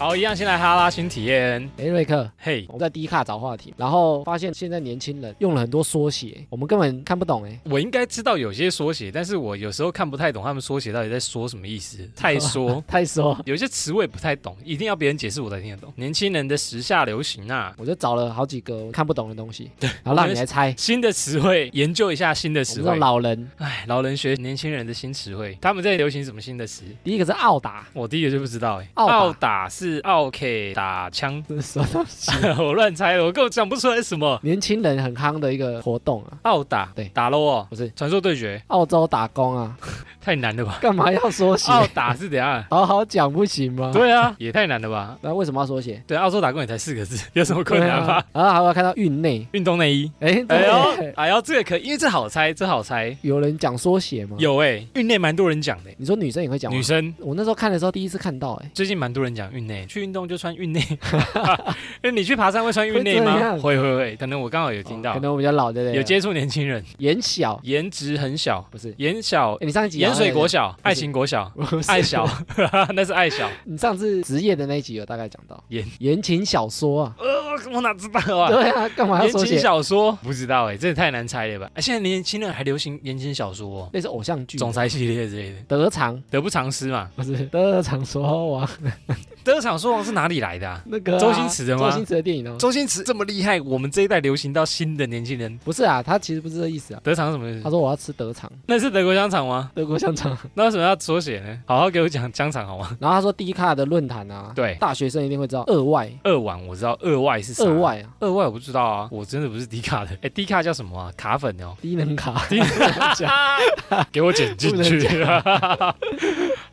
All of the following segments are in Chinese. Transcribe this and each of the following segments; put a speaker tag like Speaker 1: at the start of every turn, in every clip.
Speaker 1: 好，一样先来哈拉新体验。
Speaker 2: 哎，瑞克，
Speaker 1: 嘿、
Speaker 2: 我在 D 卡找话题，然后发现现在年轻人用了很多缩写，我们根本看不懂哎。
Speaker 1: 我应该知道有些缩写，但是我有时候看不太懂他们缩写到底在说什么意思。太 说
Speaker 2: 太说，
Speaker 1: 有些词我也不太懂，一定要别人解释我才听得懂。年轻人的时下流行啊，
Speaker 2: 我就找了好几个我看不懂的东西，然后让你来猜。
Speaker 1: 新的词汇，研究一下新的
Speaker 2: 我
Speaker 1: 词
Speaker 2: 们让
Speaker 1: 汇。
Speaker 2: 老人，
Speaker 1: 哎，老人学年轻人的新词汇，他们在流行什么新的词？
Speaker 2: 第一个是奥达，
Speaker 1: 我第一个就不知道哎、
Speaker 2: 奥打
Speaker 1: 奥打是奥 K 打枪，
Speaker 2: 这是什么东西？
Speaker 1: 我乱猜的，我根本讲不出来什么。
Speaker 2: 年轻人很夯的一个活动啊，
Speaker 1: 奥打
Speaker 2: 对
Speaker 1: 打喽哦，
Speaker 2: 不是
Speaker 1: 传说对决
Speaker 2: 澳洲打工啊，
Speaker 1: 太难了吧？
Speaker 2: 干嘛要缩写？
Speaker 1: 奥打是怎 样？
Speaker 2: 好好讲不行吗？，
Speaker 1: 对啊，也太难了吧？
Speaker 2: 那为什么要缩写？
Speaker 1: 对，澳洲打工也才四个字， 有什么困难
Speaker 2: 对
Speaker 1: 吗
Speaker 2: 啊？然后还有看到运内，
Speaker 1: 运动内衣。
Speaker 2: 哎，
Speaker 1: 哎
Speaker 2: 对
Speaker 1: 呦，哎呦，这个可，因为这好猜，这好猜。
Speaker 2: 有人讲缩写吗？，
Speaker 1: 有哎，运内蛮多人讲的，
Speaker 2: 你说女生也会嗯讲吗
Speaker 1: 女生
Speaker 2: 我那时候看的时候第一次看到，哎，
Speaker 1: 最近蛮多人讲运内，去运动就穿运 内。那你去爬山会穿运内
Speaker 2: 会这
Speaker 1: 吗？
Speaker 2: 样
Speaker 1: 会会会，可能我刚好有听
Speaker 2: 哦
Speaker 1: 到
Speaker 2: 可，能我比较老对不对？
Speaker 1: 有接触年轻人，
Speaker 2: 眼小，
Speaker 1: 颜值很小，
Speaker 2: 不是？
Speaker 1: 眼小
Speaker 2: 哎，，你上一集
Speaker 1: 盐水国
Speaker 2: 国小，
Speaker 1: 小，爱情国小，
Speaker 2: 不是
Speaker 1: 爱小， 那是爱小。
Speaker 2: 你上次职业的那一集有大概讲到
Speaker 1: 言
Speaker 2: 言情小说啊，
Speaker 1: 呃，我哪知道啊？
Speaker 2: 对啊，干嘛要
Speaker 1: 言
Speaker 2: 缩
Speaker 1: 情
Speaker 2: 写？
Speaker 1: 小说不知道哎，这也太难猜了吧？哎，现在年轻人还流行言情小说哦，
Speaker 2: 那是偶像剧，
Speaker 1: 总裁系列之类的，
Speaker 2: 得偿
Speaker 1: 得不偿失嘛。
Speaker 2: 不是得偿所王
Speaker 1: 得偿所王是哪里来的啊？
Speaker 2: 那个啊
Speaker 1: 周星驰的吗
Speaker 2: 周星驰的电影哦，
Speaker 1: 周星驰这么厉害，我们这一代流行到新的年轻人，
Speaker 2: 不是啊，他其实不是这意思啊。
Speaker 1: 得偿什么意
Speaker 2: 他
Speaker 1: 思？
Speaker 2: 说我要吃德肠，
Speaker 1: 那是德国香肠吗？
Speaker 2: 德国香 肠。
Speaker 1: 那为什么要缩写呢？好好给我讲香肠好吗？
Speaker 2: 然后他说低卡的论坛啊，
Speaker 1: 对
Speaker 2: 大学生一定会知道二外，
Speaker 1: 二碗我知道，二外是啥？
Speaker 2: 二，外啊，
Speaker 1: 二外我不知道啊，我真的不是迪卡的。哎，迪卡叫什么啊？卡粉哦。
Speaker 2: 低能 卡。
Speaker 1: 低啊给我剪进去。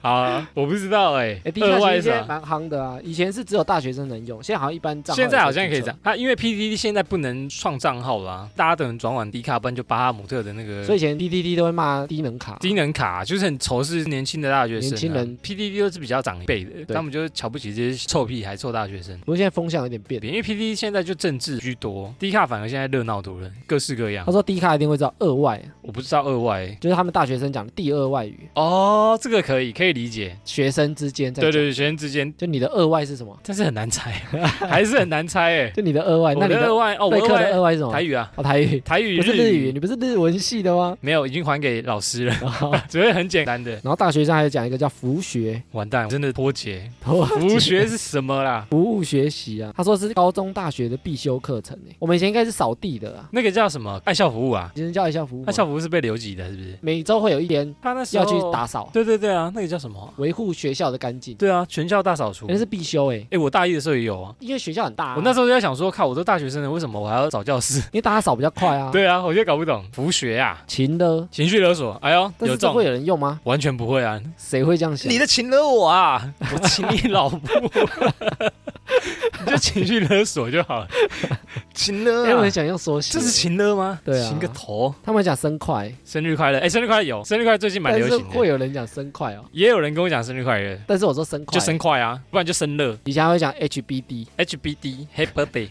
Speaker 1: 好啊，我不知道哎、
Speaker 2: 哎，低
Speaker 1: 二
Speaker 2: 卡
Speaker 1: 外
Speaker 2: 其
Speaker 1: 是
Speaker 2: 实现
Speaker 1: 啥？
Speaker 2: 在蛮夯的啊，以前是只有大学生能用，现在好像一般账号
Speaker 1: 现在好像
Speaker 2: 也
Speaker 1: 可以
Speaker 2: 注
Speaker 1: 这
Speaker 2: 册
Speaker 1: 样，，他因为 PDD 现在不能创账号啦，大家都能转往迪卡，不然就巴哈姆特的那个。
Speaker 2: 所以以前 PTT 都会骂低能卡。
Speaker 1: 低能卡就是很仇视年轻的大学生、啊，
Speaker 2: 年轻人
Speaker 1: PDD 都是比较长辈的，
Speaker 2: 对
Speaker 1: 他们就是瞧不起这些臭屁孩、臭大学生。
Speaker 2: 不过现在风向有点变，
Speaker 1: 因为 PDD 现在就政治居多，低卡反而现在热闹多了，各式各样
Speaker 2: 他。说低卡一定会知道二外，
Speaker 1: 我不知道二外欸
Speaker 2: 就是他们大学生讲的第二外语，
Speaker 1: 哦，这个可以可以理解，
Speaker 2: 学生之间在
Speaker 1: 对对
Speaker 2: 讲。
Speaker 1: 对，学生之间，
Speaker 2: 就你的二外是什么？
Speaker 1: 但是很难猜， 还是很难猜哎。
Speaker 2: 就你的二外，
Speaker 1: 我
Speaker 2: 那你
Speaker 1: 的
Speaker 2: 的
Speaker 1: 二外哦，我
Speaker 2: 备课的
Speaker 1: 二
Speaker 2: 二
Speaker 1: 外
Speaker 2: 外是什么
Speaker 1: 台？语啊，
Speaker 2: 哦，台语，
Speaker 1: 台语
Speaker 2: 不是日语，你不是日文系 的吗？
Speaker 1: 没有，已经还给老师了，
Speaker 2: 然后
Speaker 1: 只会很简单的。
Speaker 2: 然后大学生还有讲一个叫服学，
Speaker 1: 完蛋，真的脱 节。
Speaker 2: 我
Speaker 1: 服学是什么啦？
Speaker 2: 服务学习啊，他说是高中、大学的必修课程诶。我们以前应该是扫地的啊，
Speaker 1: 那个叫什么？爱校服务啊？
Speaker 2: 今天叫一下服务嘛，
Speaker 1: 爱校服务是被留级的，是不是？
Speaker 2: 每周会有一天
Speaker 1: 他那时候
Speaker 2: 要去打。扫，
Speaker 1: 对对对啊，那个叫什么？
Speaker 2: 维护学校的干净，
Speaker 1: 对啊，全校大扫除。
Speaker 2: 那是必修诶，
Speaker 1: 哎，我大一的时候也有啊。
Speaker 2: 因为学校很大、啊，
Speaker 1: 我那时候就在想说，靠，我都大学生了，为什么我还要找教室？
Speaker 2: 因为大家扫比较快啊。，
Speaker 1: 对啊，我就搞不懂。服学啊，
Speaker 2: 勤的，
Speaker 1: 情绪勒索。哎呦，
Speaker 2: 但
Speaker 1: 有
Speaker 2: 是这
Speaker 1: 中
Speaker 2: 会有人用吗？
Speaker 1: 完全不会 啊。
Speaker 2: 谁会这样想
Speaker 1: 你？的请了我啊， 我请你老婆，你就情绪勒索就 好了。请
Speaker 2: 因为我
Speaker 1: 了、
Speaker 2: 很
Speaker 1: 啊，
Speaker 2: 想用缩写，
Speaker 1: 这是请了吗？
Speaker 2: 对啊
Speaker 1: 请个头。
Speaker 2: 他们讲生快，
Speaker 1: 生日快乐，哎，生日快乐有，生日快乐最近蛮
Speaker 2: 但
Speaker 1: 流
Speaker 2: 是
Speaker 1: 行
Speaker 2: 会
Speaker 1: 的，
Speaker 2: 有人讲生快哦。
Speaker 1: 也有人跟我讲生日快乐，
Speaker 2: 但是我说生快，
Speaker 1: 就生快啊，不然就生乐。
Speaker 2: 以前还会讲 HBD，HBD
Speaker 1: HBD Happy Birthday，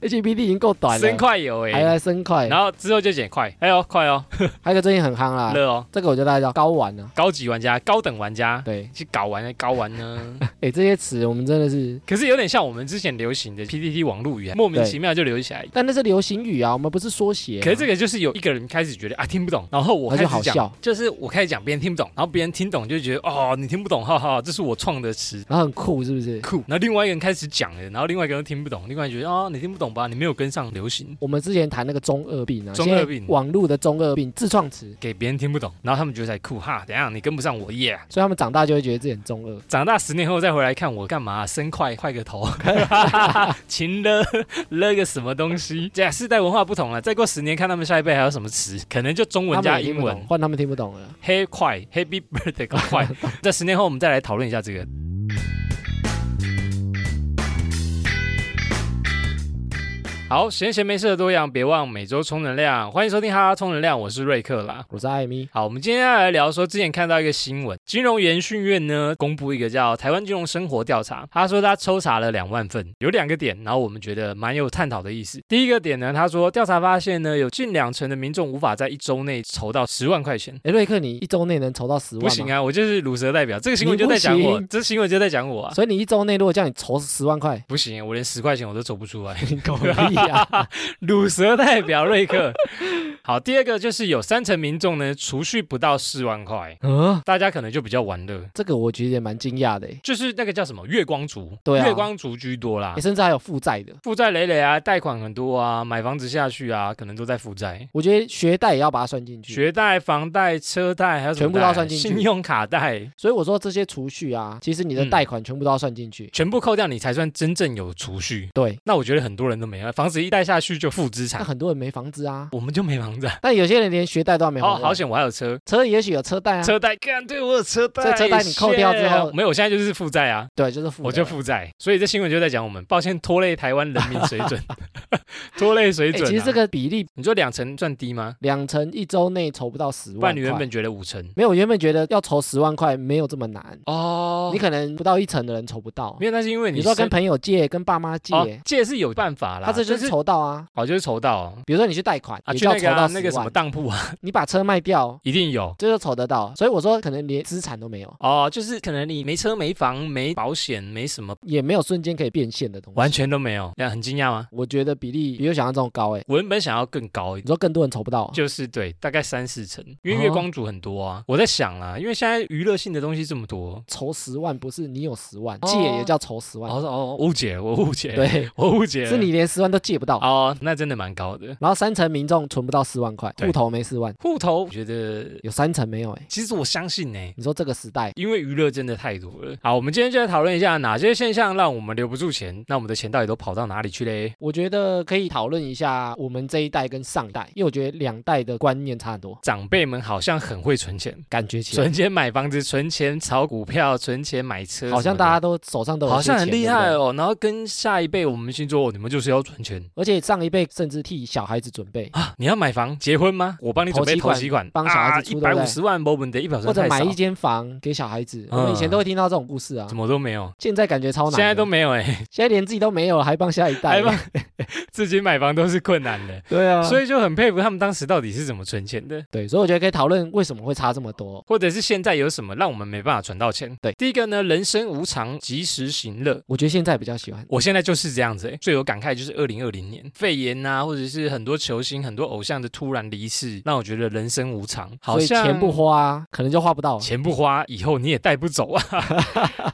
Speaker 2: 已经够短了，
Speaker 1: 生快有
Speaker 2: 还
Speaker 1: 哎，
Speaker 2: 来生快，
Speaker 1: 然后之后就减快，哎呦快哦，
Speaker 2: 还有一个最近很夯啦，
Speaker 1: 乐哦，
Speaker 2: 这个我就大家知道高玩啊。
Speaker 1: 高级玩家、高等玩家
Speaker 2: 对，
Speaker 1: 去搞完了，搞完呢。
Speaker 2: 哎，这些词我们真的是，
Speaker 1: 可是有点像我们之前流行的 PPT 网络语言，莫名
Speaker 2: 对
Speaker 1: 其妙就流起来，
Speaker 2: 但那是流行语啊，我们不是缩写啊。
Speaker 1: 可是这个就是有一个人开始觉得啊听不懂，然后我
Speaker 2: 那
Speaker 1: 开
Speaker 2: 就
Speaker 1: 始
Speaker 2: 好
Speaker 1: 讲
Speaker 2: 笑，
Speaker 1: 就是我开始讲别人听不懂，然后别人听懂就觉得哦你听不懂，哈哈，这是我创的词。
Speaker 2: 然后很酷，是不是？
Speaker 1: 酷，然后另外一个人开始讲了，然后另外一个人听不懂，另外一个人觉得哦，你听不懂吧，你没有跟上流行，
Speaker 2: 我们之前谈那个中二病啊，
Speaker 1: 中
Speaker 2: 现在
Speaker 1: 二病
Speaker 2: 网络的中二病自创词，
Speaker 1: 给别人听不懂，然后他们觉得才酷哈，怎样你跟不上我耶
Speaker 2: 所以他们长大就会觉得自己很中二。
Speaker 1: 长大十年后再回来看我干嘛、生快快个头，勤了了个什么东西？这世代文化不同了，再过十年看他们下一辈还有什么词，可能就中文
Speaker 2: 他
Speaker 1: 加
Speaker 2: 们也听
Speaker 1: 英
Speaker 2: 不
Speaker 1: 文
Speaker 2: 懂，。换他们听不懂了。
Speaker 1: 黑快 Happy Birthday 更快，在十年后我们再来讨论一下这个。好，闲闲没事的多养，别忘每周充能量。欢迎收听哈哈充能量，我是瑞克啦。
Speaker 2: 我是艾米，
Speaker 1: 好，我们今天要来聊说，之前看到一个新闻，金融研讯院呢公布一个叫台湾金融生活调查，他说他抽查了两万份，有两个点，然后我们觉得蛮有探讨的意思。第一个点呢，他说调查发现呢，有近两成的民众无法在一周内筹到十万块钱。
Speaker 2: 哎，瑞克，你一周内能筹到十万
Speaker 1: 不
Speaker 2: 吗？
Speaker 1: 行啊，我就是乳蛇代表，这个新闻
Speaker 2: 你
Speaker 1: 就
Speaker 2: 不
Speaker 1: 在讲我，
Speaker 2: 行
Speaker 1: 这新闻就在讲我啊。
Speaker 2: 所以你一周内如果叫你筹十 万块，
Speaker 1: 不行，我连十块钱我都走不出来。
Speaker 2: 你狗屁啊！
Speaker 1: 乳蛇代表瑞克。好，第二个就是有三成民众呢储蓄不到四万块，
Speaker 2: 嗯，
Speaker 1: 大家可能就比较玩乐，
Speaker 2: 这个我觉得也蛮惊讶的欸诶，
Speaker 1: 就是那个叫什么月光族，
Speaker 2: 对啊
Speaker 1: 月光族居多啦
Speaker 2: 诶，甚至还有负债的。
Speaker 1: 负债累累啊，贷款很多啊，买房子下去啊，可能都在负债。
Speaker 2: 我觉得学贷也要把它算进去，
Speaker 1: 学贷、房贷、车贷，还有什么
Speaker 2: 全部都
Speaker 1: 贷
Speaker 2: 要算进去
Speaker 1: 信用卡贷
Speaker 2: 所以我说这些储蓄啊，其实你的
Speaker 1: 嗯
Speaker 2: 贷款全部都要算进去。
Speaker 1: 全部扣掉，你才算真正有储蓄。
Speaker 2: 对，
Speaker 1: 那我觉得很多人都没有，房子一贷下去就负资
Speaker 2: 那
Speaker 1: 产，
Speaker 2: 很多人没房子啊，
Speaker 1: 我们就没房子啊。
Speaker 2: 但有些人连学贷都还没还
Speaker 1: 哦，
Speaker 2: 完。
Speaker 1: 好险，我还有车，
Speaker 2: 车也许有车贷啊，
Speaker 1: 车贷，干，对我有车贷，
Speaker 2: 这车贷你扣掉之后
Speaker 1: shit 没有，我现在就是负债啊，
Speaker 2: 对，就是负。
Speaker 1: 我就。负债，所以这新闻就在讲我们，抱歉拖累台湾人民水准， 拖累水
Speaker 2: 诶
Speaker 1: 准啊、
Speaker 2: 哎其实这个比例
Speaker 1: 你说两成算低吗？
Speaker 2: 两成一周内筹不到十万
Speaker 1: 不
Speaker 2: 块，
Speaker 1: 然你原本觉得五成
Speaker 2: 没有，我原本觉得要筹十万块没有这么难，
Speaker 1: 哦
Speaker 2: 你可能不到一成的人筹不到
Speaker 1: 没。有，那是因为
Speaker 2: 你
Speaker 1: 你
Speaker 2: 说跟
Speaker 1: 生
Speaker 2: 朋友借，跟爸妈借，
Speaker 1: 哦借是有办法啦，
Speaker 2: 他这就
Speaker 1: 但
Speaker 2: 是筹到啊。
Speaker 1: 哦，就是筹到哦
Speaker 2: 比如说你去贷款，
Speaker 1: 啊，
Speaker 2: 也
Speaker 1: 去
Speaker 2: 就要
Speaker 1: 那
Speaker 2: 筹
Speaker 1: 个啊、
Speaker 2: 到
Speaker 1: 那个
Speaker 2: 10
Speaker 1: 什
Speaker 2: 万
Speaker 1: 么当铺啊，
Speaker 2: 你把车卖掉，
Speaker 1: 一定有。
Speaker 2: 这就筹得到。所以我说，可能连资产都没有，
Speaker 1: 哦，就是可能你没车没房没保险没什么，
Speaker 2: 也没有瞬间可以变现的东西。
Speaker 1: 完，全都没有，那很惊讶吗？
Speaker 2: 我觉得比例比我想象中高诶。
Speaker 1: 我原本想要更高一点
Speaker 2: 你。说更多人筹不到啊，
Speaker 1: 就是对，大概三四成，因
Speaker 2: 哦
Speaker 1: 为月光族很多啊。我在想啦，因为现在娱乐性的东西这么多，
Speaker 2: 筹十万不是你有十万，
Speaker 1: 哦
Speaker 2: 借也叫筹十
Speaker 1: 哦
Speaker 2: 万，
Speaker 1: 哦，误解，我误解，，
Speaker 2: 对，
Speaker 1: 我误解了，
Speaker 2: 是你连十万都借不到。
Speaker 1: 哦，那真的蛮高的。
Speaker 2: 然后三成民众存不到四万块，
Speaker 1: 对
Speaker 2: 户头没四万，
Speaker 1: 户头，我觉得
Speaker 2: 有三成没有诶。
Speaker 1: 其实我相信呢、
Speaker 2: 你说这个时代，
Speaker 1: 因为娱乐真的太多了。好，我们今天就来讨论一下哪些现象让我们留不住钱，那我们的钱到底都跑到哪里去嘞？
Speaker 2: 我觉得可以讨论一下我们这一代跟上一代，因为我觉得两代的观念差很多，
Speaker 1: 长辈们好像很会存钱，
Speaker 2: 感觉起来
Speaker 1: 存钱买房子，存钱炒股票，存钱买车什么的，
Speaker 2: 好像大家都手上都有
Speaker 1: 好
Speaker 2: 些
Speaker 1: 像很
Speaker 2: 钱
Speaker 1: 厉
Speaker 2: 对不对
Speaker 1: 害哦。然后跟下一辈我们星座，你们就是要存钱。
Speaker 2: 而且上一辈甚至替小孩子准备，
Speaker 1: 啊，你要买房结婚吗？我帮你准备
Speaker 2: 头
Speaker 1: 头
Speaker 2: 期
Speaker 1: 期款，
Speaker 2: 款
Speaker 1: 啊
Speaker 2: 帮小孩子出
Speaker 1: 一
Speaker 2: 对
Speaker 1: 百
Speaker 2: 不对
Speaker 1: 五十万不稳的，一百
Speaker 2: 或者
Speaker 1: 太
Speaker 2: 买
Speaker 1: 少
Speaker 2: 一，间房给小孩子。我们以前
Speaker 1: 嗯
Speaker 2: 都会听到这种故事啊
Speaker 1: 怎，么都没有，
Speaker 2: 现在感觉超难的，
Speaker 1: 现在都没有哎、
Speaker 2: 现在连自己都没有了，还帮下一代
Speaker 1: 还
Speaker 2: 了，
Speaker 1: 帮自己买房都是困难的，
Speaker 2: 对啊，所
Speaker 1: 所
Speaker 2: 以
Speaker 1: 以就很佩服他们当时到底是怎么存钱的。
Speaker 2: 对，所以我觉得可以讨论为什么会差这么多。
Speaker 1: 或者是现在有什么让我们没办法存到钱？
Speaker 2: 对
Speaker 1: 第一个呢，人生无常，及时行乐。
Speaker 2: 我觉得现在比较喜欢，
Speaker 1: 我现在就是这样子、欸，最有感慨就是二零二零年肺炎啊，或者是很多球星、很多偶像的突然离世，让我觉得人生无常，好
Speaker 2: 所以
Speaker 1: 像
Speaker 2: 钱不花，可能就花不到了。
Speaker 1: 钱不花，以后你也带不走 啊，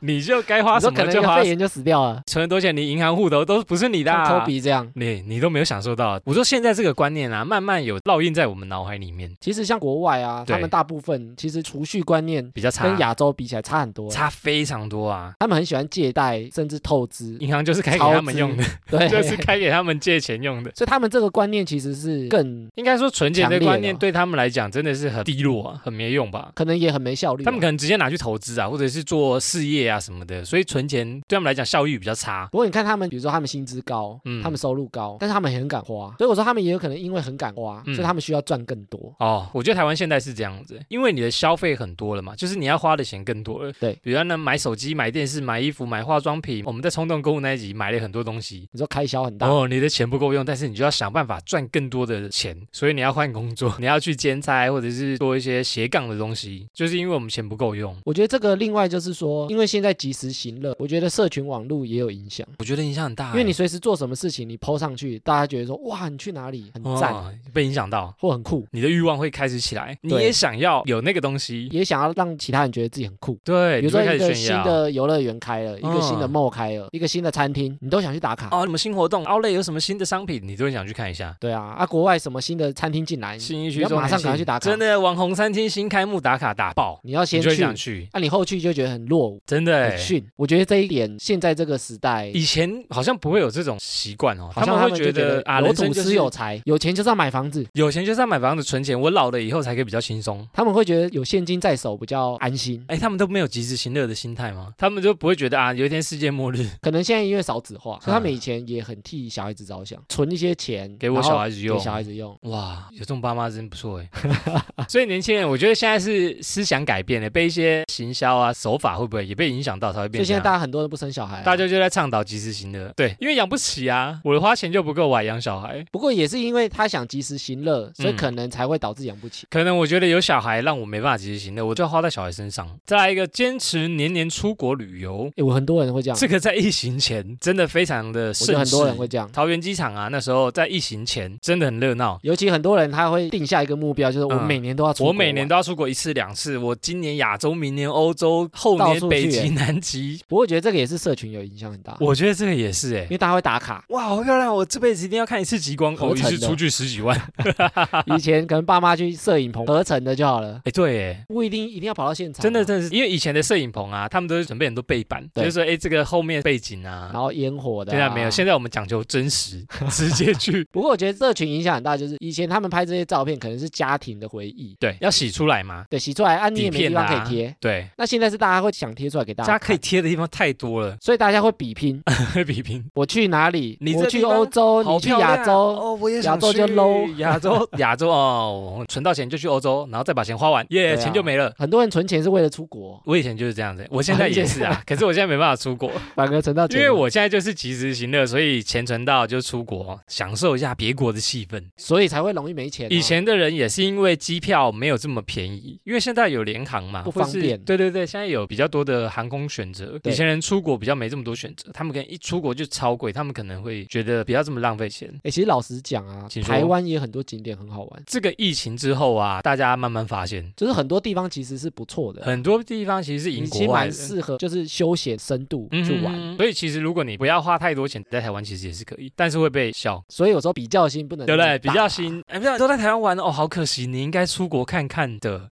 Speaker 1: 你就该花
Speaker 2: 你说
Speaker 1: 什么
Speaker 2: 可能
Speaker 1: 就
Speaker 2: 一个
Speaker 1: 花
Speaker 2: 肺，炎就死掉了，
Speaker 1: 存了多少钱，你银行户头都不是你的、
Speaker 2: 像
Speaker 1: 啊
Speaker 2: 科。比这样。
Speaker 1: 你你都没有享受到，我说现在这个观念啊，慢慢有烙印在我们脑海里面，
Speaker 2: 其实像国外啊，
Speaker 1: 对
Speaker 2: 他们大部分其实储蓄观念
Speaker 1: 比较差，
Speaker 2: 跟亚洲比起来差很多，
Speaker 1: 差非常多啊。
Speaker 2: 他们很喜欢借贷，甚至透支，
Speaker 1: 银行就是开给
Speaker 2: 超
Speaker 1: 他们
Speaker 2: 支
Speaker 1: 用的，
Speaker 2: 对，
Speaker 1: 就是开给他们借钱用的。
Speaker 2: 所以他们这个观念其实是更
Speaker 1: 应该说存钱
Speaker 2: 强
Speaker 1: 的
Speaker 2: 烈哦
Speaker 1: 观
Speaker 2: 了
Speaker 1: 念对他们来讲真的是很低落啊，很没用吧。
Speaker 2: 可能也很没效率啊。
Speaker 1: 他们可能直接拿去投资啊，或者是做事业啊什么的，所以存钱对他们来讲效益比较差。
Speaker 2: 不过你看他们，比如说他们薪资高，
Speaker 1: 嗯
Speaker 2: 他们收入高，但是他们很敢花，所以我说他们也有可能因为很敢花，
Speaker 1: 嗯
Speaker 2: 所以他们需要赚更多。
Speaker 1: 哦，我觉得台湾现在是这样子，因为你的消费很多了嘛，就是你要花的钱更多了。
Speaker 2: 对
Speaker 1: 比如呢，买手机、买电视、买衣服、买化妆品，我们在冲动购物那一集买了很多东西。
Speaker 2: 你说开销很大，
Speaker 1: 哦，你的钱不够用，但是你就要想办法赚更多的钱，所以你要换工作， 你要去兼差或者是做一些斜杠的东西，就是因为我们钱不够用。
Speaker 2: 我觉得这个另外就是说，因为现在及时行乐，我觉得社群网络也有影响，
Speaker 1: 我觉得影响很大欸、
Speaker 2: 因为你随时做什么事情，你 PO 上去，大家觉得说哇，你去哪里很赞、
Speaker 1: 哦被影响到，
Speaker 2: 或很酷，
Speaker 1: 你的欲望会开始起来，你
Speaker 2: 对
Speaker 1: 也想要有那个东西，
Speaker 2: 也想要让其他人觉得自己很酷。
Speaker 1: 对，哎
Speaker 2: 比如
Speaker 1: 你就
Speaker 2: 说
Speaker 1: 会开
Speaker 2: 一个
Speaker 1: 始哦
Speaker 2: 新
Speaker 1: 炫耀。
Speaker 2: 的游乐园开了，一个新的 mall 开了，一个新的餐厅，你都想去打卡。
Speaker 1: 哦，什么新活动？奥莱有什么新的商品？你都会想去看一下。
Speaker 2: 对啊，啊，国外什么新的餐厅进来，
Speaker 1: 新一
Speaker 2: 你
Speaker 1: 区
Speaker 2: 要
Speaker 1: 中
Speaker 2: 马
Speaker 1: 南
Speaker 2: 上赶快
Speaker 1: 区
Speaker 2: 去打卡
Speaker 1: 真的网红餐厅新开幕打卡打爆，
Speaker 2: 你要
Speaker 1: 你
Speaker 2: 先
Speaker 1: 就会
Speaker 2: 去，
Speaker 1: 想
Speaker 2: 那、
Speaker 1: 去，
Speaker 2: 你后去就觉得很落伍。
Speaker 1: 真的
Speaker 2: 很
Speaker 1: 欸。
Speaker 2: 逊。我觉得这一点现在这个时代，
Speaker 1: 以前好像不会有这种习惯哦，
Speaker 2: 好像
Speaker 1: 他们们
Speaker 2: 他
Speaker 1: 会
Speaker 2: 们
Speaker 1: 觉
Speaker 2: 就觉
Speaker 1: 得啊，
Speaker 2: 有
Speaker 1: 人生
Speaker 2: 土
Speaker 1: 就是
Speaker 2: 司有财，有钱就是要买房子。
Speaker 1: 有钱就是要买房子存钱，我老了以后才可以比较轻松。
Speaker 2: 他们会觉得有现金在手比较安心，
Speaker 1: 哎，他们都没有及时行乐的心态吗？他们就不会觉得啊，有一天世界末日，
Speaker 2: 可能现在因为少子化，所以他们
Speaker 1: 嗯
Speaker 2: 以前也很替小孩子着想，存一些钱
Speaker 1: 给我
Speaker 2: 然后
Speaker 1: 小孩子用
Speaker 2: 给。小孩子用。
Speaker 1: 哇，有这种爸妈真不错哎。 所以年轻人，我觉得现在是思想改变欸了，被一些行销啊手法会不会也被影响到，才会
Speaker 2: 所
Speaker 1: 变
Speaker 2: 以
Speaker 1: 这
Speaker 2: 现在
Speaker 1: 样。
Speaker 2: 大家很多人不生小孩啊，
Speaker 1: 大家就在倡导及时行乐，对，因为养不起啊，我的花钱就不够，我还养小孩。
Speaker 2: 不过也是因为他想及时行乐，所以
Speaker 1: 嗯
Speaker 2: 可能才会导致养不起。
Speaker 1: 可能我觉得有小孩让我没办法及时行乐，我就要花在小孩身上。再来一个，坚持年年出国旅游，
Speaker 2: 诶，我很多人会这样，
Speaker 1: 这个在疫情前真的非常的
Speaker 2: 嗯我觉得
Speaker 1: 盛
Speaker 2: 很
Speaker 1: 世。
Speaker 2: 多人会这样。
Speaker 1: 桃园机场啊，那时候在疫情前真的很热闹。
Speaker 2: 尤其很多人他会定下一个目标，就是我
Speaker 1: 嗯
Speaker 2: 每年都要出国
Speaker 1: 我
Speaker 2: 玩、
Speaker 1: 每年都要出国一次两次，我今年亚洲，明年欧洲，后
Speaker 2: 到
Speaker 1: 年
Speaker 2: 处 去
Speaker 1: 北
Speaker 2: 欸
Speaker 1: 极、南极。
Speaker 2: 不过我觉得这个也是社群有影响很大，
Speaker 1: 我觉得这个也是哎、
Speaker 2: 因为大家会打
Speaker 1: 。
Speaker 2: 卡
Speaker 1: 哇，好漂亮！我这辈子一定要看一次极光
Speaker 2: 合
Speaker 1: 哦，一
Speaker 2: 成
Speaker 1: 次
Speaker 2: 的
Speaker 1: 出去十几万。哎、
Speaker 2: 以前可能爸妈去摄影棚合成的就好了，
Speaker 1: 对 哎，
Speaker 2: 不一定一定要跑到现场啊。
Speaker 1: 真的真的是，因为以前的摄影棚啊，他们都是准备很多背板，就
Speaker 2: 对
Speaker 1: 是说哎这个后面背景啊，
Speaker 2: 然后烟火的、啊，
Speaker 1: 现在没有，现在我们讲究真实， 直接去，
Speaker 2: 不过我觉得社群影响很大，就是以前他们拍这些照片可能是家庭的回忆，
Speaker 1: 对，要洗出来嘛，
Speaker 2: 对，洗出来啊你也
Speaker 1: 底
Speaker 2: 没地
Speaker 1: 片
Speaker 2: 方
Speaker 1: 啊
Speaker 2: 可以贴。
Speaker 1: 对，
Speaker 2: 那现在是大家会想贴出来给大
Speaker 1: 大家
Speaker 2: 家看，
Speaker 1: 可 以贴的地方太多了，
Speaker 2: 所以大家会比拼。
Speaker 1: 会比拼。
Speaker 2: 我去哪里？
Speaker 1: 你这
Speaker 2: 我
Speaker 1: 个
Speaker 2: 去
Speaker 1: 地方
Speaker 2: 欧洲，
Speaker 1: 好
Speaker 2: 你去
Speaker 1: 漂亮
Speaker 2: 亚洲，
Speaker 1: 哦，我也
Speaker 2: 亚
Speaker 1: 想
Speaker 2: 洲就
Speaker 1: 去
Speaker 2: low
Speaker 1: 亚 洲亚洲哦，我存到钱就去欧洲，然后再把钱花完，耶、
Speaker 2: 对啊
Speaker 1: 钱就没了。
Speaker 2: 很多人存钱是为了出国，
Speaker 1: 我以前就是这样子，我现在也是 啊，可是我现在没办法出国，
Speaker 2: 反而存到
Speaker 1: 因
Speaker 2: 钱了。
Speaker 1: 为我现在就是及时行乐，所以钱存到就出国，享受一下别国的气氛。
Speaker 2: 所以才会容易没钱啊、
Speaker 1: 以前的人也是因为机票没有这么便宜，因为现在有联航嘛，
Speaker 2: 不
Speaker 1: 或
Speaker 2: 方
Speaker 1: 是
Speaker 2: 便
Speaker 1: 对对对，现在有比较多的航空选择。
Speaker 2: 对
Speaker 1: 以前人出国比较没这么多选择，他们可能一出国就超贵，他们可能会觉得不要这么浪费钱。
Speaker 2: 哎、其实老实讲啊
Speaker 1: 请，说
Speaker 2: 台湾也很多景点很好玩，
Speaker 1: 这个疫情之后啊，大家慢慢发现，
Speaker 2: 就是很多地方其实是不错的，
Speaker 1: 很多地方其实是赢
Speaker 2: 其实
Speaker 1: 国外
Speaker 2: 蛮
Speaker 1: 的。
Speaker 2: 适合就是休闲深度
Speaker 1: 嗯
Speaker 2: 去玩。
Speaker 1: 所以其实如果你不要花太多钱，在台湾其实也是可以，但是会被笑，
Speaker 2: 所以有时候比较心不能
Speaker 1: 对不对？
Speaker 2: 那么大
Speaker 1: 比较 新，哎，不是都在台湾玩哦，好可惜，你应该出国看看 的。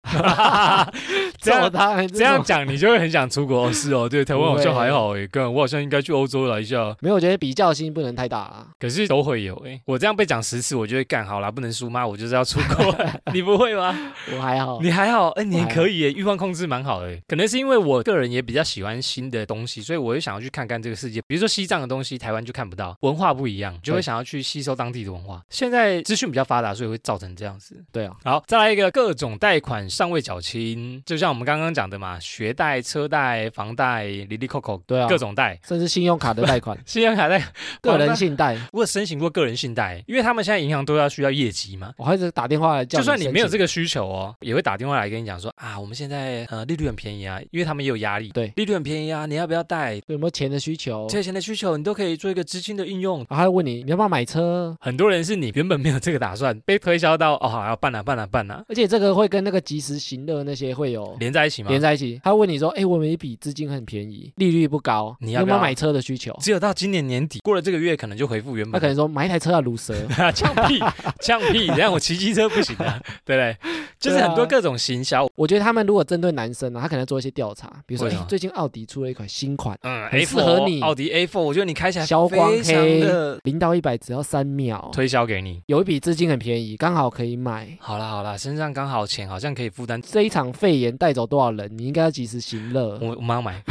Speaker 1: 这样
Speaker 2: 揍他
Speaker 1: 这样。讲你就会很想出国，哦是哦，对，台湾好像
Speaker 2: 不会
Speaker 1: 还好诶，哥，我好像应该去欧洲来一下，
Speaker 2: 没有，我觉得比较心不能太大啊。
Speaker 1: 可是都会有诶，我这样被讲十次，我就会干好啦，不能输妈，我就是要出 国，你不会吗？
Speaker 2: 我还好，
Speaker 1: 你还好，哎，你
Speaker 2: 我还
Speaker 1: 还
Speaker 2: 好
Speaker 1: 可以诶，欲望控制蛮好的诶，可能是因为我个人也比较喜欢新的东西，所以我就想要去看看这个世界，比如说西藏的东西，台湾就看不到，文化不一样，就会
Speaker 2: 对
Speaker 1: 想要去吸收当地的文
Speaker 2: 嗯
Speaker 1: 化。现在资讯比较发达，所以会造成这样子。
Speaker 2: 对啊，
Speaker 1: 好，再来一个各种贷款尚未缴清，就像我们刚刚讲的嘛，学贷、车贷、房贷、里里扣扣，
Speaker 2: 对啊
Speaker 1: 各种贷。、
Speaker 2: 甚至信用卡的贷款
Speaker 1: 信用卡贷，
Speaker 2: 个人信贷，
Speaker 1: 我有申请过个人信贷，因为他们现在银行都要需要业绩嘛。
Speaker 2: 我还是打电话来叫
Speaker 1: 就算你
Speaker 2: 申
Speaker 1: 没有
Speaker 2: 请
Speaker 1: 这个需求哦，也会打电话来跟你讲说啊，我们现在呃利率很便宜啊，因为他们也有压力，
Speaker 2: 对
Speaker 1: 利率很便宜啊，你要不要贷？
Speaker 2: 有没有钱的需求，
Speaker 1: 借钱的需求你都可以做一个资金的运用。
Speaker 2: 然后还问你你要不要买车，
Speaker 1: 很多人是你原本没有这个打算，被推销到哦，好要办啊办啊办啊，
Speaker 2: 而且这个会跟那个及时行乐那些会有
Speaker 1: 连在一起嘛。
Speaker 2: 连在一起。他问你说，哎，我们一笔资金很便宜，利率不高，
Speaker 1: 你
Speaker 2: 你
Speaker 1: 要
Speaker 2: 有
Speaker 1: 不
Speaker 2: 没有
Speaker 1: 要
Speaker 2: 买车的需求？
Speaker 1: 只有到今年年底，过了这个月可能就回 复原
Speaker 2: 他
Speaker 1: 本
Speaker 2: 可
Speaker 1: 的
Speaker 2: 能说买一台车要卤蛇，
Speaker 1: 啊，呛屁， 呛屁！等下我骑机车不行 啊，对不对？就是
Speaker 2: 对啊
Speaker 1: 很多各种行销，
Speaker 2: 我觉得他们如果针对男生啊呢、他可能做一些调查，比如说，
Speaker 1: 为什
Speaker 2: 哎、
Speaker 1: 么
Speaker 2: 最近奥迪出了一款新款，
Speaker 1: 嗯
Speaker 2: 很
Speaker 1: ，A
Speaker 2: 适合
Speaker 1: 4
Speaker 2: 你
Speaker 1: 奥迪 A 4我觉得你开起来
Speaker 2: 消光
Speaker 1: 非常
Speaker 2: 黑
Speaker 1: 的
Speaker 2: 零到一百只要三秒，
Speaker 1: 推销给你。
Speaker 2: 有一笔资金很便宜，刚好可以买。
Speaker 1: 好啦好啦，身上刚好钱，好像可以负担。
Speaker 2: 这一场肺炎带走多少人？你应该要及时行乐。
Speaker 1: 我我妈要买，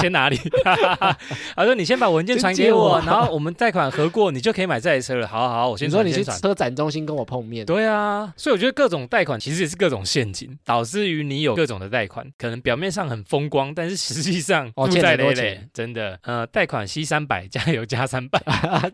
Speaker 1: 签哪里？他说你先把文件传给
Speaker 2: 先
Speaker 1: 我，
Speaker 2: 借我
Speaker 1: 然后我们贷款核过，你就可以买这台车了。好好好，我先
Speaker 2: 你说
Speaker 1: 传
Speaker 2: 你
Speaker 1: 先
Speaker 2: 去
Speaker 1: 传。
Speaker 2: 车展中心跟我碰面，
Speaker 1: 对啊，所以我觉得各种贷款其实也是各种陷阱，导致于你有各种的贷款，可能表面上很风光，但是实际上
Speaker 2: 哦
Speaker 1: 负债
Speaker 2: 欠很多
Speaker 1: 累累
Speaker 2: 钱，
Speaker 1: 真的。呃，贷款吸三百，加油加三 百，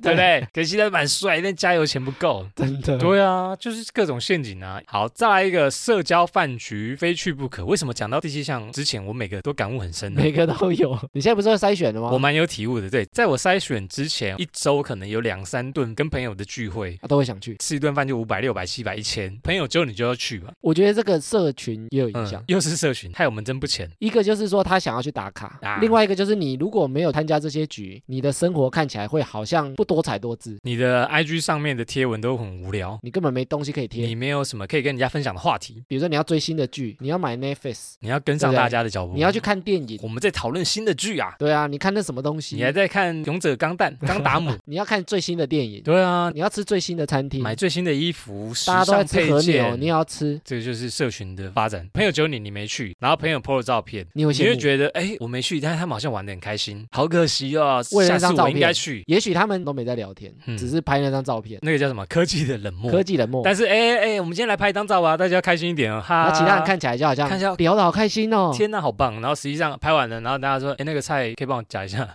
Speaker 1: 对不对？可惜他蛮帅，但加油钱不够。
Speaker 2: 真的
Speaker 1: 对啊，就是各种陷阱啊。好，再来一个社交饭局，非去不可。为什么讲到第七项之前，我每个都感悟很深呢？
Speaker 2: 每个都有。你现在不是要筛选了吗？
Speaker 1: 我蛮有体悟的，对，在我筛选之前，一周可能有两三顿跟朋友的聚会，
Speaker 2: 啊、都会想去。
Speaker 1: 吃一顿饭就五百、六百、七百、一千，朋友揪你就要去吧。
Speaker 2: 我觉得这个社群也有影响。
Speaker 1: 嗯，又是社群，害我们真不浅。
Speaker 2: 一个就是说他想要去打卡，
Speaker 1: 啊
Speaker 2: 另外一个就是你如果没有参加这些局，你的生活看起来会好像不多彩多姿，
Speaker 1: 你的 IG 上面的贴文都很无聊，
Speaker 2: 你根本没东西可以贴
Speaker 1: 你。没有什么可以跟人家分享的话题，
Speaker 2: 比如说你要追新的剧，你要买 Netflix，
Speaker 1: 你要跟上
Speaker 2: 对不对
Speaker 1: 大家的脚步。
Speaker 2: 你要去，看电影，
Speaker 1: 我们在讨论新的剧啊，
Speaker 2: 对啊，你看那什么东西
Speaker 1: 你，还在看《勇者钢弹》《钢达姆》
Speaker 2: 你要看最新的电影，
Speaker 1: 对啊，
Speaker 2: 你要吃最新的餐厅，
Speaker 1: 买最新的衣服，时
Speaker 2: 大家都在
Speaker 1: 尚
Speaker 2: 吃
Speaker 1: 配
Speaker 2: 和牛，
Speaker 1: 件
Speaker 2: 你也。要吃，
Speaker 1: 这个就是社群的发展。朋友揪你，你没去，然后朋友 po 了照片，
Speaker 2: 你会
Speaker 1: 你
Speaker 2: 羡
Speaker 1: 会
Speaker 2: 慕。
Speaker 1: 觉得，哎，我没去，但是他们好像玩的很开心，好可惜哦，
Speaker 2: 为了
Speaker 1: 下
Speaker 2: 那张
Speaker 1: 次
Speaker 2: 照
Speaker 1: 我
Speaker 2: 片
Speaker 1: 应该去。
Speaker 2: 也许他们都没在聊天，
Speaker 1: 嗯
Speaker 2: 只是拍那张照片，
Speaker 1: 那个叫什么？科技的冷漠。
Speaker 2: 科技冷漠。
Speaker 1: 但是，哎哎哎，我们今天来拍一张照啊，大家开心一点哦。哈，
Speaker 2: 然后其他人，看起来就好像
Speaker 1: 看一下
Speaker 2: 聊得好开心哦，
Speaker 1: 天呐，好棒！然后实际上拍完了，然后大家说，哎，那个菜可以帮我夹一 下。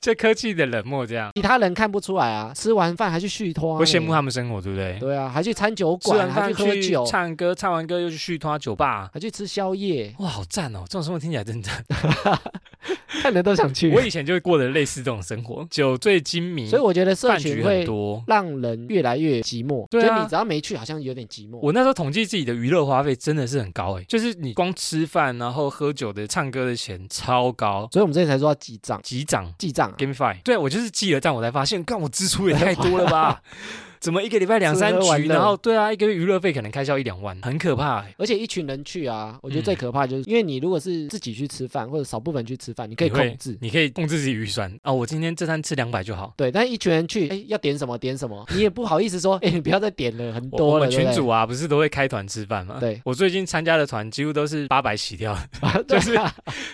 Speaker 1: 这科技的冷漠这样，
Speaker 2: 其他人看不出来啊，吃完饭还去续托、啊，
Speaker 1: 会羡慕。他们生活，对不对？
Speaker 2: 对啊，还去餐酒
Speaker 1: 吃
Speaker 2: 馆，
Speaker 1: 完
Speaker 2: 还
Speaker 1: 饭
Speaker 2: 去喝
Speaker 1: 去
Speaker 2: 酒，
Speaker 1: 唱歌，唱完歌又去续拖酒吧。
Speaker 2: 还去吃宵夜，
Speaker 1: 哇，好赞哦！这种生活听起来真赞。
Speaker 2: 看人都想去
Speaker 1: 我。 以前就过得类似这种生活，酒醉金迷，
Speaker 2: 所以我觉得社
Speaker 1: 饭
Speaker 2: 群
Speaker 1: 局
Speaker 2: 会
Speaker 1: 很多。
Speaker 2: 让人越来越寂寞。
Speaker 1: 对啊
Speaker 2: 就你只要没去，好像有点寂寞。
Speaker 1: 我那时候统计自己的娱乐花费真的是很高诶，欸就是你光吃饭，然后喝酒的、唱歌的钱超高，
Speaker 2: 所以我们之前才说要记账，
Speaker 1: 几涨
Speaker 2: 记账啊、
Speaker 1: Game Five。对我就是记了账，我才发现，干我支出也太多了 吧？怎么一个礼拜两三
Speaker 2: 吃喝玩
Speaker 1: 局，
Speaker 2: 乐
Speaker 1: 然后对啊，一个月娱乐费可能开销一两万，很可怕欸诶。
Speaker 2: 而且一群人去啊，我觉得
Speaker 1: 嗯
Speaker 2: 最可怕就是，因为你如果是自己去吃饭，或者少部分去吃饭，你可以
Speaker 1: 你会
Speaker 2: 控制。
Speaker 1: 你可以控制自己预算啊，我今天这餐吃两百就好。
Speaker 2: 对，但一群人去，哎，要点什么点什么，你也不好意思说， 哎，你不要再点了，很
Speaker 1: 我我
Speaker 2: 多了，
Speaker 1: 们
Speaker 2: 对
Speaker 1: 群
Speaker 2: 不
Speaker 1: 主啊，不是都会开团吃饭吗？
Speaker 2: 对
Speaker 1: 我最近参加的团几乎都是八百起跳，
Speaker 2: 对？
Speaker 1: 就
Speaker 2: 啊就是是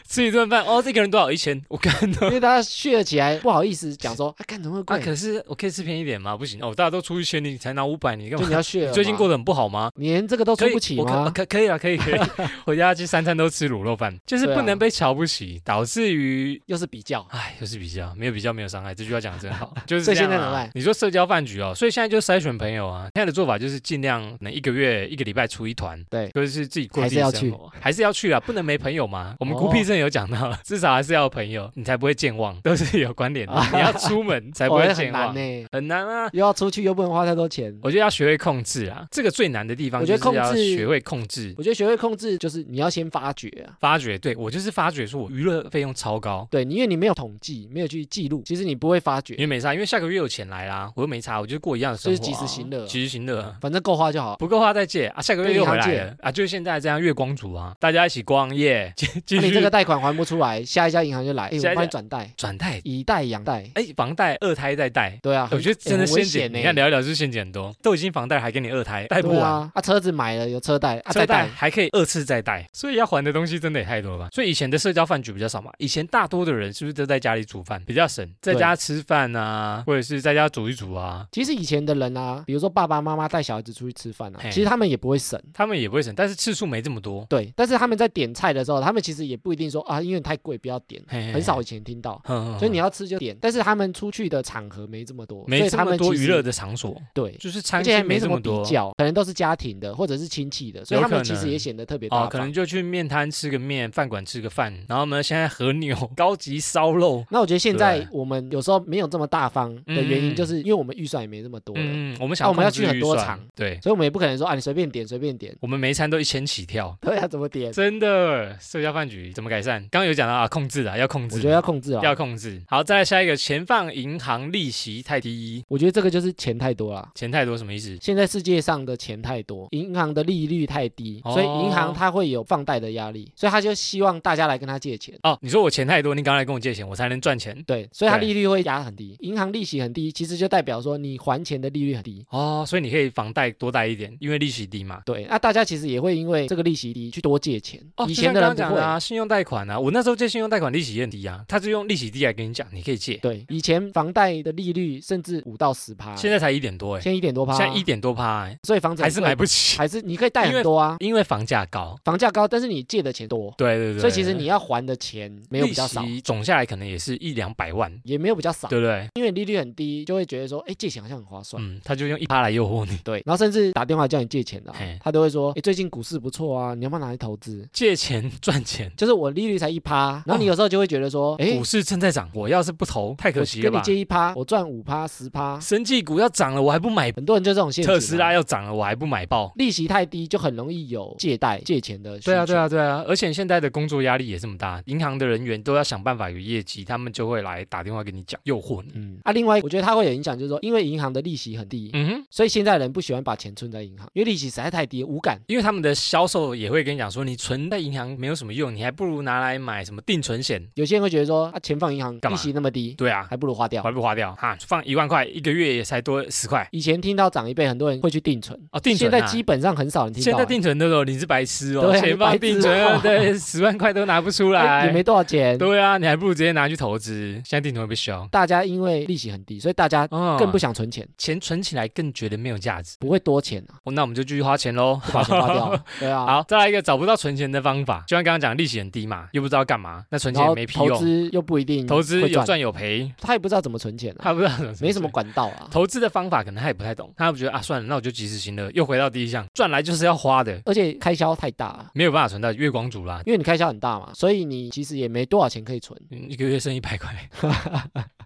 Speaker 1: 吃一顿饭哦，这个人多少一千，我看到
Speaker 2: 因。为大家去了起来，不好意思 讲说，啊，干怎么会
Speaker 1: 啊，
Speaker 2: 贵？
Speaker 1: 可是我可以吃便宜一点吗？不行哦，大家都出一千，你才拿五百，你干
Speaker 2: 就
Speaker 1: 嘛
Speaker 2: 你？要去了嘛，
Speaker 1: 最近过得很不好吗？
Speaker 2: 你连这个都出
Speaker 1: 可以
Speaker 2: 不起
Speaker 1: 我可
Speaker 2: 吗？
Speaker 1: 可可以啊，可以 可以，回家去三餐都吃卤肉饭，就是
Speaker 2: 对啊
Speaker 1: 不能被瞧不起，导致于。
Speaker 2: 又是比较，
Speaker 1: 哎，又是比较，没有比较没有伤害，这句话讲的真 好，就是
Speaker 2: 所
Speaker 1: 这
Speaker 2: 以
Speaker 1: 样、
Speaker 2: 现在怎么
Speaker 1: 啊
Speaker 2: 办。
Speaker 1: 你说社交饭局哦，所以现在就筛选朋友啊。现在的做法就是尽量能一个月、一个礼拜出一团，
Speaker 2: 对
Speaker 1: 就是自己过自己的生活，还是要去啊，不能没朋友嘛。我们
Speaker 2: 哦
Speaker 1: 孤僻症有讲到，至少还是要有朋友，你才不会健忘，都是有关联 的。你要出门才不
Speaker 2: 哦
Speaker 1: 会
Speaker 2: 那
Speaker 1: 健
Speaker 2: 很
Speaker 1: 忘
Speaker 2: 难，呢，
Speaker 1: 很难啊。
Speaker 2: 又要出去又不能花太多钱。
Speaker 1: 我觉得要学会控制啊，这个最难的地方
Speaker 2: 我
Speaker 1: 就
Speaker 2: 觉得
Speaker 1: 是要
Speaker 2: 控制
Speaker 1: 学会控制。
Speaker 2: 我觉得学会控制就是你要先发掘啊，
Speaker 1: 发觉，对我就是发觉说我娱乐费用超高，
Speaker 2: 对，你因为你没有统计，没有去记录，其实你不会发
Speaker 1: 因
Speaker 2: 觉，
Speaker 1: 为没差，因为下个月有钱来啦，我又没差，我就过一样的生
Speaker 2: 就
Speaker 1: 活、
Speaker 2: 是及时行乐啊
Speaker 1: 及时行乐啊。
Speaker 2: 反正够花就好。
Speaker 1: 不够花再借啊，下个月
Speaker 2: 跟银
Speaker 1: 又回
Speaker 2: 行
Speaker 1: 来
Speaker 2: 借
Speaker 1: 了啊，就是现在这样月光族啊，大家一起逛夜， 继继
Speaker 2: 那啊你
Speaker 1: 续
Speaker 2: 这个贷款还不出来，下一家银行就来，
Speaker 1: 下
Speaker 2: 哎，
Speaker 1: 一家
Speaker 2: 我帮你转贷，
Speaker 1: 转贷，
Speaker 2: 以贷养贷。
Speaker 1: 哎，房贷、二胎再贷，
Speaker 2: 对啊，
Speaker 1: 我觉得
Speaker 2: 很
Speaker 1: 真的
Speaker 2: 很危
Speaker 1: 陷
Speaker 2: 险
Speaker 1: 阱，
Speaker 2: 呢。
Speaker 1: 你看聊一聊就是陷阱很多，都已经房贷还给你二胎，贷不
Speaker 2: 对
Speaker 1: 完，
Speaker 2: 啊，啊车子买了有车贷，啊
Speaker 1: 车
Speaker 2: 再
Speaker 1: 贷
Speaker 2: 贷
Speaker 1: 还可以二次再贷，所以要还的东西真的也太多了吧。所以以前的社交饭局比较少嘛，以前大多的人是不是都在家里煮饭，比较省，在家吃饭啊，或者是在家煮一煮啊，
Speaker 2: 其实以前的人啊，比如说爸爸妈妈带小孩子出去吃饭啊
Speaker 1: 嘿，
Speaker 2: 其实他们也不会省。
Speaker 1: 他们也不会省，但是次数没这么多，
Speaker 2: 对，但是他们在点菜的时候，他们其实也不一定说啊，因为太贵不要点，
Speaker 1: 嘿
Speaker 2: 很少，以前听到。
Speaker 1: 所
Speaker 2: 所以你要吃就点，但是他们出去的场合没这么多，所
Speaker 1: 嗯没
Speaker 2: 以
Speaker 1: 这
Speaker 2: 他
Speaker 1: 么
Speaker 2: 们
Speaker 1: 多
Speaker 2: 其
Speaker 1: 娱
Speaker 2: 实
Speaker 1: 乐的场所，
Speaker 2: 对，
Speaker 1: 就是餐
Speaker 2: 而且
Speaker 1: 厅
Speaker 2: 没
Speaker 1: 这
Speaker 2: 什么
Speaker 1: 么
Speaker 2: 比
Speaker 1: 多。啊
Speaker 2: 较，可能都是家庭的或者是亲戚的，所以
Speaker 1: 有
Speaker 2: 他
Speaker 1: 可
Speaker 2: 们其实
Speaker 1: 能
Speaker 2: 也显得特别大
Speaker 1: 哦，
Speaker 2: 方。
Speaker 1: 可能就去面摊吃个面，饭馆吃个饭，然后呢，现在和牛 高级烧肉，
Speaker 2: 那我觉得现在
Speaker 1: 对
Speaker 2: 我们有时候没有这么大方的原因，
Speaker 1: 嗯
Speaker 2: 就是因为我们预算也没这么多了，
Speaker 1: 嗯，我们想
Speaker 2: 啊我们要
Speaker 1: 控制
Speaker 2: 去很
Speaker 1: 预
Speaker 2: 多
Speaker 1: 算
Speaker 2: 场，
Speaker 1: 对，
Speaker 2: 所以我们也不可能说啊，你随便点随便点，
Speaker 1: 我们每一餐都一千起跳，
Speaker 2: 对啊，怎么点？
Speaker 1: 真的，社交饭局怎么改善？刚刚有讲到啊，控制啊，要控制，
Speaker 2: 我觉得要控制
Speaker 1: 要
Speaker 2: 啊。
Speaker 1: 控制。好，再来下一个，钱放银行利息太低，
Speaker 2: 我觉得这个就是钱太多了。
Speaker 1: 钱太多什么意思？
Speaker 2: 现在世界上的钱太多，银行的利率太低，
Speaker 1: 哦
Speaker 2: 所以银行它会有放贷的压力，所以他就希望大家来跟他借钱。
Speaker 1: 哦，你说我钱太多，你赶快来跟我借钱，我才能赚钱。
Speaker 2: 对，所以它
Speaker 1: 对
Speaker 2: 利率会压很低，银行利息很低，其实就代表说你还钱的利率很低。
Speaker 1: 哦，所以你可以房贷多贷一点，因为利息低嘛。
Speaker 2: 对，那、大家其实也会因为这个利息低去多借钱。
Speaker 1: 哦，
Speaker 2: 以
Speaker 1: 就
Speaker 2: 前
Speaker 1: 像
Speaker 2: 的
Speaker 1: 刚刚
Speaker 2: 人不
Speaker 1: 讲
Speaker 2: 会。
Speaker 1: 的啊，信用贷款啊，我那时候借信用贷款利息也很低啊，他就用利息低来跟你讲，你可以借。
Speaker 2: 对，以前房贷的利率甚至五到十趴，
Speaker 1: 现在才一点多哎、
Speaker 2: 现在一点多趴，
Speaker 1: 现在一，点多趴、欸，
Speaker 2: 所以房子
Speaker 1: 还是买
Speaker 2: 很贵
Speaker 1: 不起，
Speaker 2: 还是你可以贷很多啊，
Speaker 1: 因为房价高。
Speaker 2: 房价高，但是你借的钱多，
Speaker 1: 对对对，
Speaker 2: 所以其实你要还的钱没有比较少
Speaker 1: 利，息总下来可能也是一两百万，
Speaker 2: 也没有比较少，
Speaker 1: 对不对？
Speaker 2: 因为利率很低，就会觉得说，哎，借钱好像很划算。
Speaker 1: 嗯，他就用一趴来诱惑你，
Speaker 2: 对，然后甚至打电话叫你借钱的啊、
Speaker 1: 嘿
Speaker 2: 他都会说，哎，最近股市不错啊，你要不要拿来投资？
Speaker 1: 借钱赚钱。
Speaker 2: 就是我利率才一
Speaker 1: 啊
Speaker 2: 趴，然后你有时候就会觉得说，哎、
Speaker 1: 股市正在涨，我要是不投，太可惜
Speaker 2: 我
Speaker 1: 了
Speaker 2: 跟你
Speaker 1: 吧？
Speaker 2: 借一趴，我赚五趴、十趴，
Speaker 1: 生技股要涨涨了我还不买，
Speaker 2: 很多人就这种陷阱啊。
Speaker 1: 特斯拉要涨了我还不买爆。
Speaker 2: 利息太低，就很容易有借贷借钱的需求。
Speaker 1: 对啊，对啊，对啊！而且现在的工作压力也这么大，银行的人员都要想办法有业绩，他们就会来打电话给你讲，诱惑你。
Speaker 2: 嗯，啊，另外我觉得它会有影响，就是说，因为银行的利息很低，
Speaker 1: 嗯哼，
Speaker 2: 所以现在人不喜欢把钱存在银行，因为利息实在太低，无感。
Speaker 1: 因为他们的销售也会跟你讲说，你存在银行没有什么用，你还不如拿来买什么定存险。
Speaker 2: 有些人会觉得说，啊，钱放银行
Speaker 1: 干
Speaker 2: 利
Speaker 1: 嘛
Speaker 2: 息那么低，
Speaker 1: 对啊，
Speaker 2: 还不如花掉。
Speaker 1: 还不花掉哈？放一万块，一个月也才多十块
Speaker 2: 以前听到长一辈很多人会去定存，
Speaker 1: 哦。定存、
Speaker 2: 现
Speaker 1: 啊、
Speaker 2: 在基本上很少人听
Speaker 1: 现
Speaker 2: 到
Speaker 1: 在
Speaker 2: 欸，
Speaker 1: 定存的时候，你是白痴哦，
Speaker 2: 对啊
Speaker 1: 钱
Speaker 2: 你白
Speaker 1: 放
Speaker 2: 痴
Speaker 1: 定存
Speaker 2: 哦，
Speaker 1: 对，十万块都拿不出
Speaker 2: 哎也
Speaker 1: 来。
Speaker 2: 没多少钱。
Speaker 1: 对啊，你还不如直接拿去投资。现在定存会被削，
Speaker 2: 大家因为利息很低，所以大家
Speaker 1: 哦
Speaker 2: 更不想存钱，
Speaker 1: 钱存起来更觉得没有价值。
Speaker 2: 不会多钱啊，
Speaker 1: 哦，那我们就继续花钱 喽。
Speaker 2: 就把钱花掉了。对 啊，
Speaker 1: 好，再来一个找不到存钱的方法，就像刚刚讲，利息很低嘛，又不知道干嘛，那存钱
Speaker 2: 然
Speaker 1: 也
Speaker 2: 后
Speaker 1: 没屁
Speaker 2: 投
Speaker 1: 用。
Speaker 2: 资又不一定
Speaker 1: 投资
Speaker 2: 会
Speaker 1: 有，赚有赔，
Speaker 2: 他也不知道怎么存钱啊，
Speaker 1: 他不知道怎么
Speaker 2: 没什么
Speaker 1: 存。
Speaker 2: 管道啊。
Speaker 1: 投资的方法可能他也不太懂，他觉得啊，算了，那我就及时行乐，又回到第一项，赚来就是要花的，
Speaker 2: 而且开销太大、啊，
Speaker 1: 没有办法存到月光族啦，
Speaker 2: 因为你开销很大嘛，所以你其实也没多少钱可 以存。
Speaker 1: 嗯一个月剩一百 块，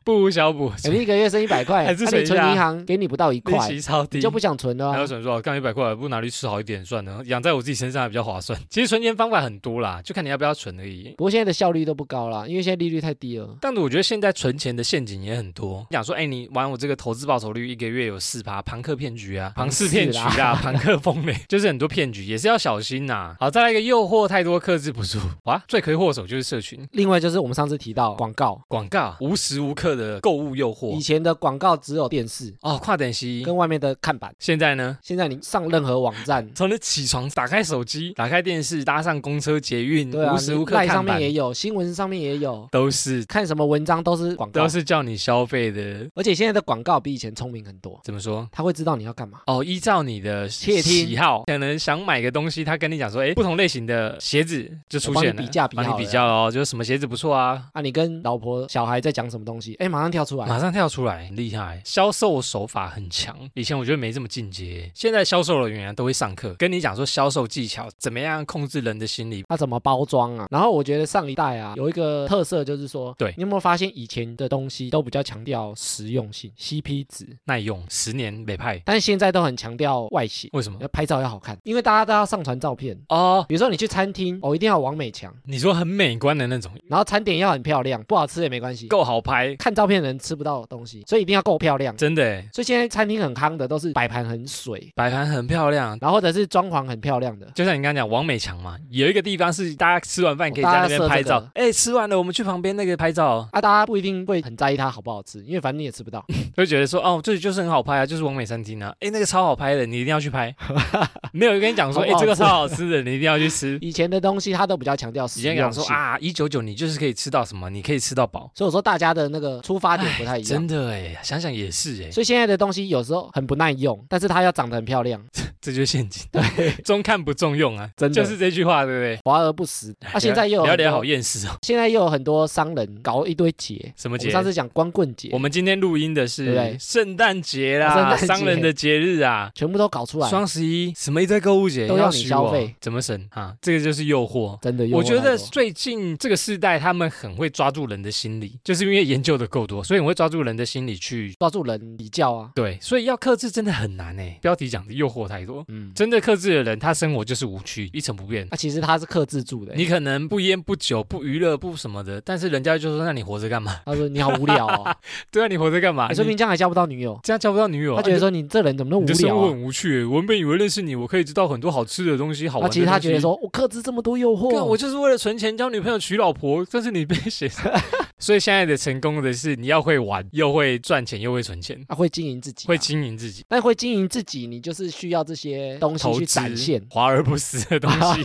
Speaker 1: 不无小补，
Speaker 2: 你一个月剩一百块，
Speaker 1: 还是
Speaker 2: 那、
Speaker 1: 存
Speaker 2: 你
Speaker 1: 一
Speaker 2: 存
Speaker 1: 下
Speaker 2: 银行哎给你不到一
Speaker 1: 利
Speaker 2: 块，
Speaker 1: 息超低
Speaker 2: 你。就不想存了、
Speaker 1: 还有
Speaker 2: 啊。
Speaker 1: 什么说，干一百块，不如拿去吃好一点算了，养在我自己身上还比较划算。 其实存钱方法很多啦，就看你要不要存而已。
Speaker 2: 不过现在的效率都不高啦，因为现在利率太低了。
Speaker 1: 但是我觉得现在存钱的陷阱也很多，讲说，哎，你玩我这个投资报酬率一个月有四趴，庞克骗局啊，庞氏骗局
Speaker 2: 庞氏
Speaker 1: 啊，庞克风雷，就是很多骗局，也是要小心呐、好，再来一个诱惑太多，克制不住。 哇，罪魁祸首就是社群
Speaker 2: 另外就是我们上次提到广告，
Speaker 1: 广告，无时无刻的购物诱惑
Speaker 2: 以。前的广告只有电视
Speaker 1: 哦，跨等级。
Speaker 2: 跟外面的看板，
Speaker 1: 现在呢？，
Speaker 2: 现在你上任何网站
Speaker 1: 从你起床，打开手机，打开电视，搭上公车、捷运，
Speaker 2: 对啊，
Speaker 1: 无时无刻
Speaker 2: 赖
Speaker 1: 看
Speaker 2: 上面
Speaker 1: 板
Speaker 2: 也哦有，新闻上面也有，
Speaker 1: 都是
Speaker 2: 看什么文章都是广告
Speaker 1: 都，是叫你消费的。
Speaker 2: 而且现在的广告比以前聪明很多，
Speaker 1: 怎么说？
Speaker 2: 他会知道你要干嘛。
Speaker 1: 哦，依照你的
Speaker 2: 窃听
Speaker 1: 喜好，可能想买个东西，他跟你讲说，哎，不同类型的鞋子就出现
Speaker 2: 我
Speaker 1: 了，
Speaker 2: 帮你比价比好
Speaker 1: 帮
Speaker 2: 了
Speaker 1: 你比较哦，就是什么鞋子不错啊，
Speaker 2: 啊，你跟老婆、小孩在讲什么东西？哎，马上跳出来。
Speaker 1: 马上跳出来，很厉害，销售手法很强。以前我觉得没这么进阶，现在销售人员啊都会上课，跟你讲说销售技巧怎么样控制人的心理。
Speaker 2: 他怎么包装啊？然后我觉得上一代啊有一个特色就是说，
Speaker 1: 对
Speaker 2: 你有没有发现以前的东西都比较强调实用性、CP 值，
Speaker 1: 耐用，十年没派，
Speaker 2: 但是现在都很强调外形，
Speaker 1: 为什么？
Speaker 2: 要拍照要好看，因为大家都要上传照片。
Speaker 1: 哦，
Speaker 2: 比如说你去餐厅，哦，一定要有王美强，
Speaker 1: 你说很美观的那种，
Speaker 2: 然后餐点要很漂亮，不好吃也没关系。
Speaker 1: 够好拍，
Speaker 2: 看照片的人吃不到东西，所以一定要够漂亮。
Speaker 1: 真的耶，
Speaker 2: 所以现在餐厅很夯的都是摆盘很水，
Speaker 1: 摆盘很漂亮。
Speaker 2: 然后或者是装潢很漂亮的。
Speaker 1: 就像你刚刚讲王美强嘛，有一个地方是大家吃完饭可以在
Speaker 2: 哦大家
Speaker 1: 那边
Speaker 2: 设
Speaker 1: 拍
Speaker 2: 这
Speaker 1: 照
Speaker 2: 个，
Speaker 1: 哎、吃完了我们去旁边那个拍照，
Speaker 2: 啊，大家不一定会很在意它好不好吃，因为反正你也吃 不到。
Speaker 1: 就会觉得说哦，这里就是很好拍啊，就是王美餐厅啊，哎，那个超好拍的，你一定要去 拍。没有跟你讲说，
Speaker 2: 好
Speaker 1: 哎
Speaker 2: 不好，吃
Speaker 1: 这个超好吃的，你一定要去 吃。
Speaker 2: 以前的东西它都比较强调实
Speaker 1: 以
Speaker 2: 用
Speaker 1: 前讲
Speaker 2: 性
Speaker 1: 说，啊，一九九你就是可以吃到什么，你可以吃到饱。
Speaker 2: 所以我说大家的那个出发点不太一样
Speaker 1: 真。的哎，想想也是哎，
Speaker 2: 所以现在的东西有时候很不耐用，但是它要长得很漂亮，
Speaker 1: 这就是陷阱。对， 中看不中用啊，
Speaker 2: 真的
Speaker 1: 就是这句话，对不对？
Speaker 2: 华而不实。啊，现在又有
Speaker 1: 聊
Speaker 2: 很
Speaker 1: 聊
Speaker 2: 多
Speaker 1: 好，厌世哦，
Speaker 2: 现在又有很多商人搞一堆节，
Speaker 1: 什
Speaker 2: 我
Speaker 1: 么
Speaker 2: 们
Speaker 1: 节？
Speaker 2: 上次讲光棍节
Speaker 1: 我，们今天录音的
Speaker 2: 对不
Speaker 1: 是
Speaker 2: 对
Speaker 1: 圣诞节啦，
Speaker 2: 圣诞节
Speaker 1: 商人的节日啊。
Speaker 2: 全部都搞出来，
Speaker 1: 双十一什么一堆购物节
Speaker 2: 都要你
Speaker 1: 许
Speaker 2: 消
Speaker 1: 我
Speaker 2: 费，
Speaker 1: 怎么省啊？这个就是诱惑。
Speaker 2: 真的诱惑
Speaker 1: 我觉
Speaker 2: 太
Speaker 1: 得
Speaker 2: 多
Speaker 1: 最近这个世代，他们很会抓住人的心理，就是因为研究的够多，所以很会抓住人的心理去
Speaker 2: 抓住人比较啊，
Speaker 1: 对，所以要克制真的很难哎。标题讲的诱惑太多，
Speaker 2: 嗯，
Speaker 1: 真的克制的人，他生活就是无趣，一成不变。
Speaker 2: 啊，其实他是克制住的欸。
Speaker 1: 你可能不烟不酒不娱乐不什么的，但是人家就说：“那你活着干嘛
Speaker 2: 他说你好无聊哦，？”
Speaker 1: 对啊，你活着干嘛？
Speaker 2: 哎你说
Speaker 1: 你
Speaker 2: 明将来交不到女友，
Speaker 1: 这样交不到女友，啊
Speaker 2: 他觉得说你这人怎么那么
Speaker 1: 你的
Speaker 2: 无
Speaker 1: 生
Speaker 2: 聊
Speaker 1: 活
Speaker 2: 啊？
Speaker 1: 很无趣。我原本以为认识你，我可以知道很多好吃的东西、好玩
Speaker 2: 啊，
Speaker 1: 的
Speaker 2: 其实他
Speaker 1: 东西
Speaker 2: 觉得说我克制这么多诱
Speaker 1: 干我
Speaker 2: 惑，
Speaker 1: 就是为了存钱交女朋友娶老婆，但是你被写成。 所以现在的成功的是你要会玩，又会赚钱，又会存钱，
Speaker 2: 啊，会经营自己啊，
Speaker 1: 会经营自己，
Speaker 2: 但会经营自己，你就是需要这些东西
Speaker 1: 投
Speaker 2: 去
Speaker 1: 资
Speaker 2: 展现，
Speaker 1: 华而不实的东 西，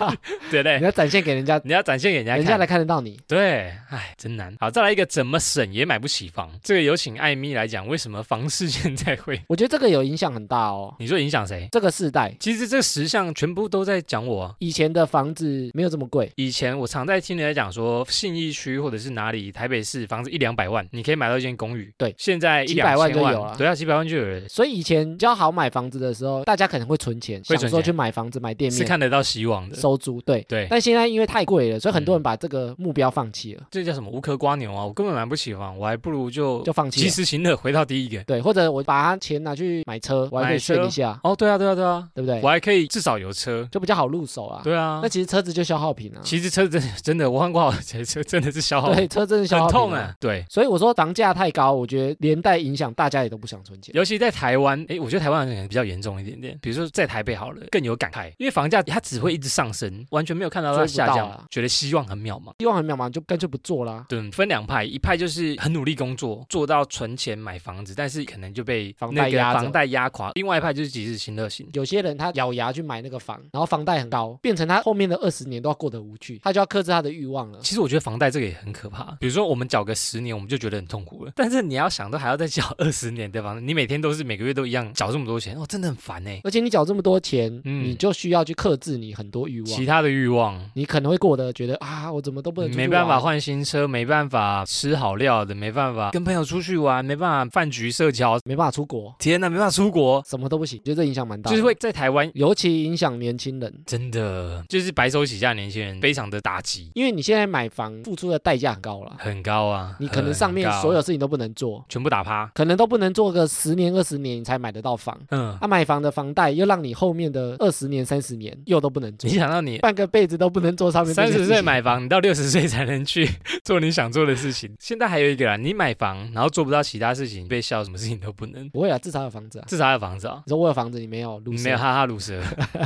Speaker 1: 对不对？
Speaker 2: 你要展现给人家，
Speaker 1: 你要展现给人家看，
Speaker 2: 人家来看得到你。
Speaker 1: 对，哎，真难。好，再来一个，怎么省也买不起房。这个有请艾米来讲，为什么房市现在会？，
Speaker 2: 我觉得这个有影响很大哦
Speaker 1: 你说影响谁？
Speaker 2: 这个世代。
Speaker 1: 其实这十项全部都在讲我啊、
Speaker 2: 以前的房子没有这么贵，
Speaker 1: 以前我常在听人家讲说，信义区或者是哪里台北市房子一两百万，你可以买到一间公寓。
Speaker 2: 对
Speaker 1: 现在一
Speaker 2: 几百
Speaker 1: 两
Speaker 2: 万
Speaker 1: 千
Speaker 2: 就
Speaker 1: 万
Speaker 2: 有了
Speaker 1: 对啊，几百万就有了，
Speaker 2: 所以以前比较好买房子的时候，大家可能会存钱，
Speaker 1: 会存
Speaker 2: 想说
Speaker 1: 钱
Speaker 2: 去买房子、买店
Speaker 1: 是
Speaker 2: 面、
Speaker 1: 看哎得到希望的。
Speaker 2: 收租，对。
Speaker 1: 对，
Speaker 2: 但现在因为太贵了，所以很多
Speaker 1: 嗯
Speaker 2: 人把这个目标放弃了，
Speaker 1: 这叫什么无壳瓜牛啊？我根本买不起房，我还不如就
Speaker 2: 就放弃
Speaker 1: 及
Speaker 2: 了。
Speaker 1: 时行乐，回到第一个。
Speaker 2: 对，或者我把他钱拿去买车，我还可以
Speaker 1: 买车
Speaker 2: 炫一下，
Speaker 1: 哦，对啊，对啊，对啊，
Speaker 2: 对不对
Speaker 1: 我？还可以至少有车。
Speaker 2: 就比较好入手啊。
Speaker 1: 对啊
Speaker 2: 那，其实车子就消耗品啊，
Speaker 1: 其实车真的真的，我换过好几台车，真的是消耗，哦
Speaker 2: 对，
Speaker 1: 很
Speaker 2: 车真的消耗
Speaker 1: 痛
Speaker 2: 品啊
Speaker 1: 啊。。对，
Speaker 2: 所以我说房价太高，我觉得连带影响大家也都不想存钱。
Speaker 1: 尤其在台湾，诶，我觉得台湾可能比较严重一点点。比如说在台北好了，更有感慨，因为房价它只会一直上升，完全没有看到它
Speaker 2: 追不到
Speaker 1: 下降，
Speaker 2: 啊
Speaker 1: 觉得希望很渺茫。
Speaker 2: 希望很渺茫，就干脆不做啦。
Speaker 1: 对，分两派，一派就是很努力工作，做到存钱买房子，但是可能就被
Speaker 2: 房
Speaker 1: 那
Speaker 2: 贷
Speaker 1: 个
Speaker 2: 压着
Speaker 1: 房贷压垮；另外一派就是及时行乐型，
Speaker 2: 有些人他咬牙去买那个房，然后房贷很高，变成他后面的二十年都要过得无趣，他就要克制他的欲望了。
Speaker 1: 其实我觉得房贷这个也很可怕。比如说我们缴个十年，我们就觉得很痛苦了，但是你要想到还要再缴二十年的房贷，你每天都是每个月都一样缴这么多钱，哦，真的很烦哎、
Speaker 2: 而且你缴这么多钱，
Speaker 1: 嗯
Speaker 2: 你就需要去克制你很多欲
Speaker 1: 其
Speaker 2: 望，
Speaker 1: 他的欲望。
Speaker 2: 你可能会过得觉得啊，我怎么都不能出去
Speaker 1: 没办法
Speaker 2: 玩，
Speaker 1: 换新车，没办法吃好料的，没办法跟朋友出去玩，没办法饭局社交。
Speaker 2: 没办法出国，
Speaker 1: 天哪，没办法出国，
Speaker 2: 什么都不行，觉得这影响蛮大
Speaker 1: 就
Speaker 2: 的，
Speaker 1: 是会在台湾
Speaker 2: 尤其影响年轻人。
Speaker 1: 真的就是白手起家的年轻人非常的打击，
Speaker 2: 因为你现在买房付出的代价很高了，
Speaker 1: 很高啊。
Speaker 2: 你可能上面所
Speaker 1: 有
Speaker 2: 有事情都不能做，
Speaker 1: 全部打趴，
Speaker 2: 可能都不能做个十年二十年你才买得到房。
Speaker 1: 嗯，
Speaker 2: 啊，买房的房贷又让你后面的二十年、三十年又都不能做
Speaker 1: 你，想到你。
Speaker 2: 半个辈子都不能做上面这
Speaker 1: 三
Speaker 2: 件
Speaker 1: 十
Speaker 2: 事
Speaker 1: 岁
Speaker 2: 情
Speaker 1: 买房，你到六十岁才能去 做你想做的事情。现在还有一个啦，你买房然后做不到其他事情，被笑什么事情都不能。
Speaker 2: 不会啊，至少有房子啊。
Speaker 1: 至少要有房子啊、
Speaker 2: 你说我有房子，你没有，
Speaker 1: 没有，哈哈卤 蛇，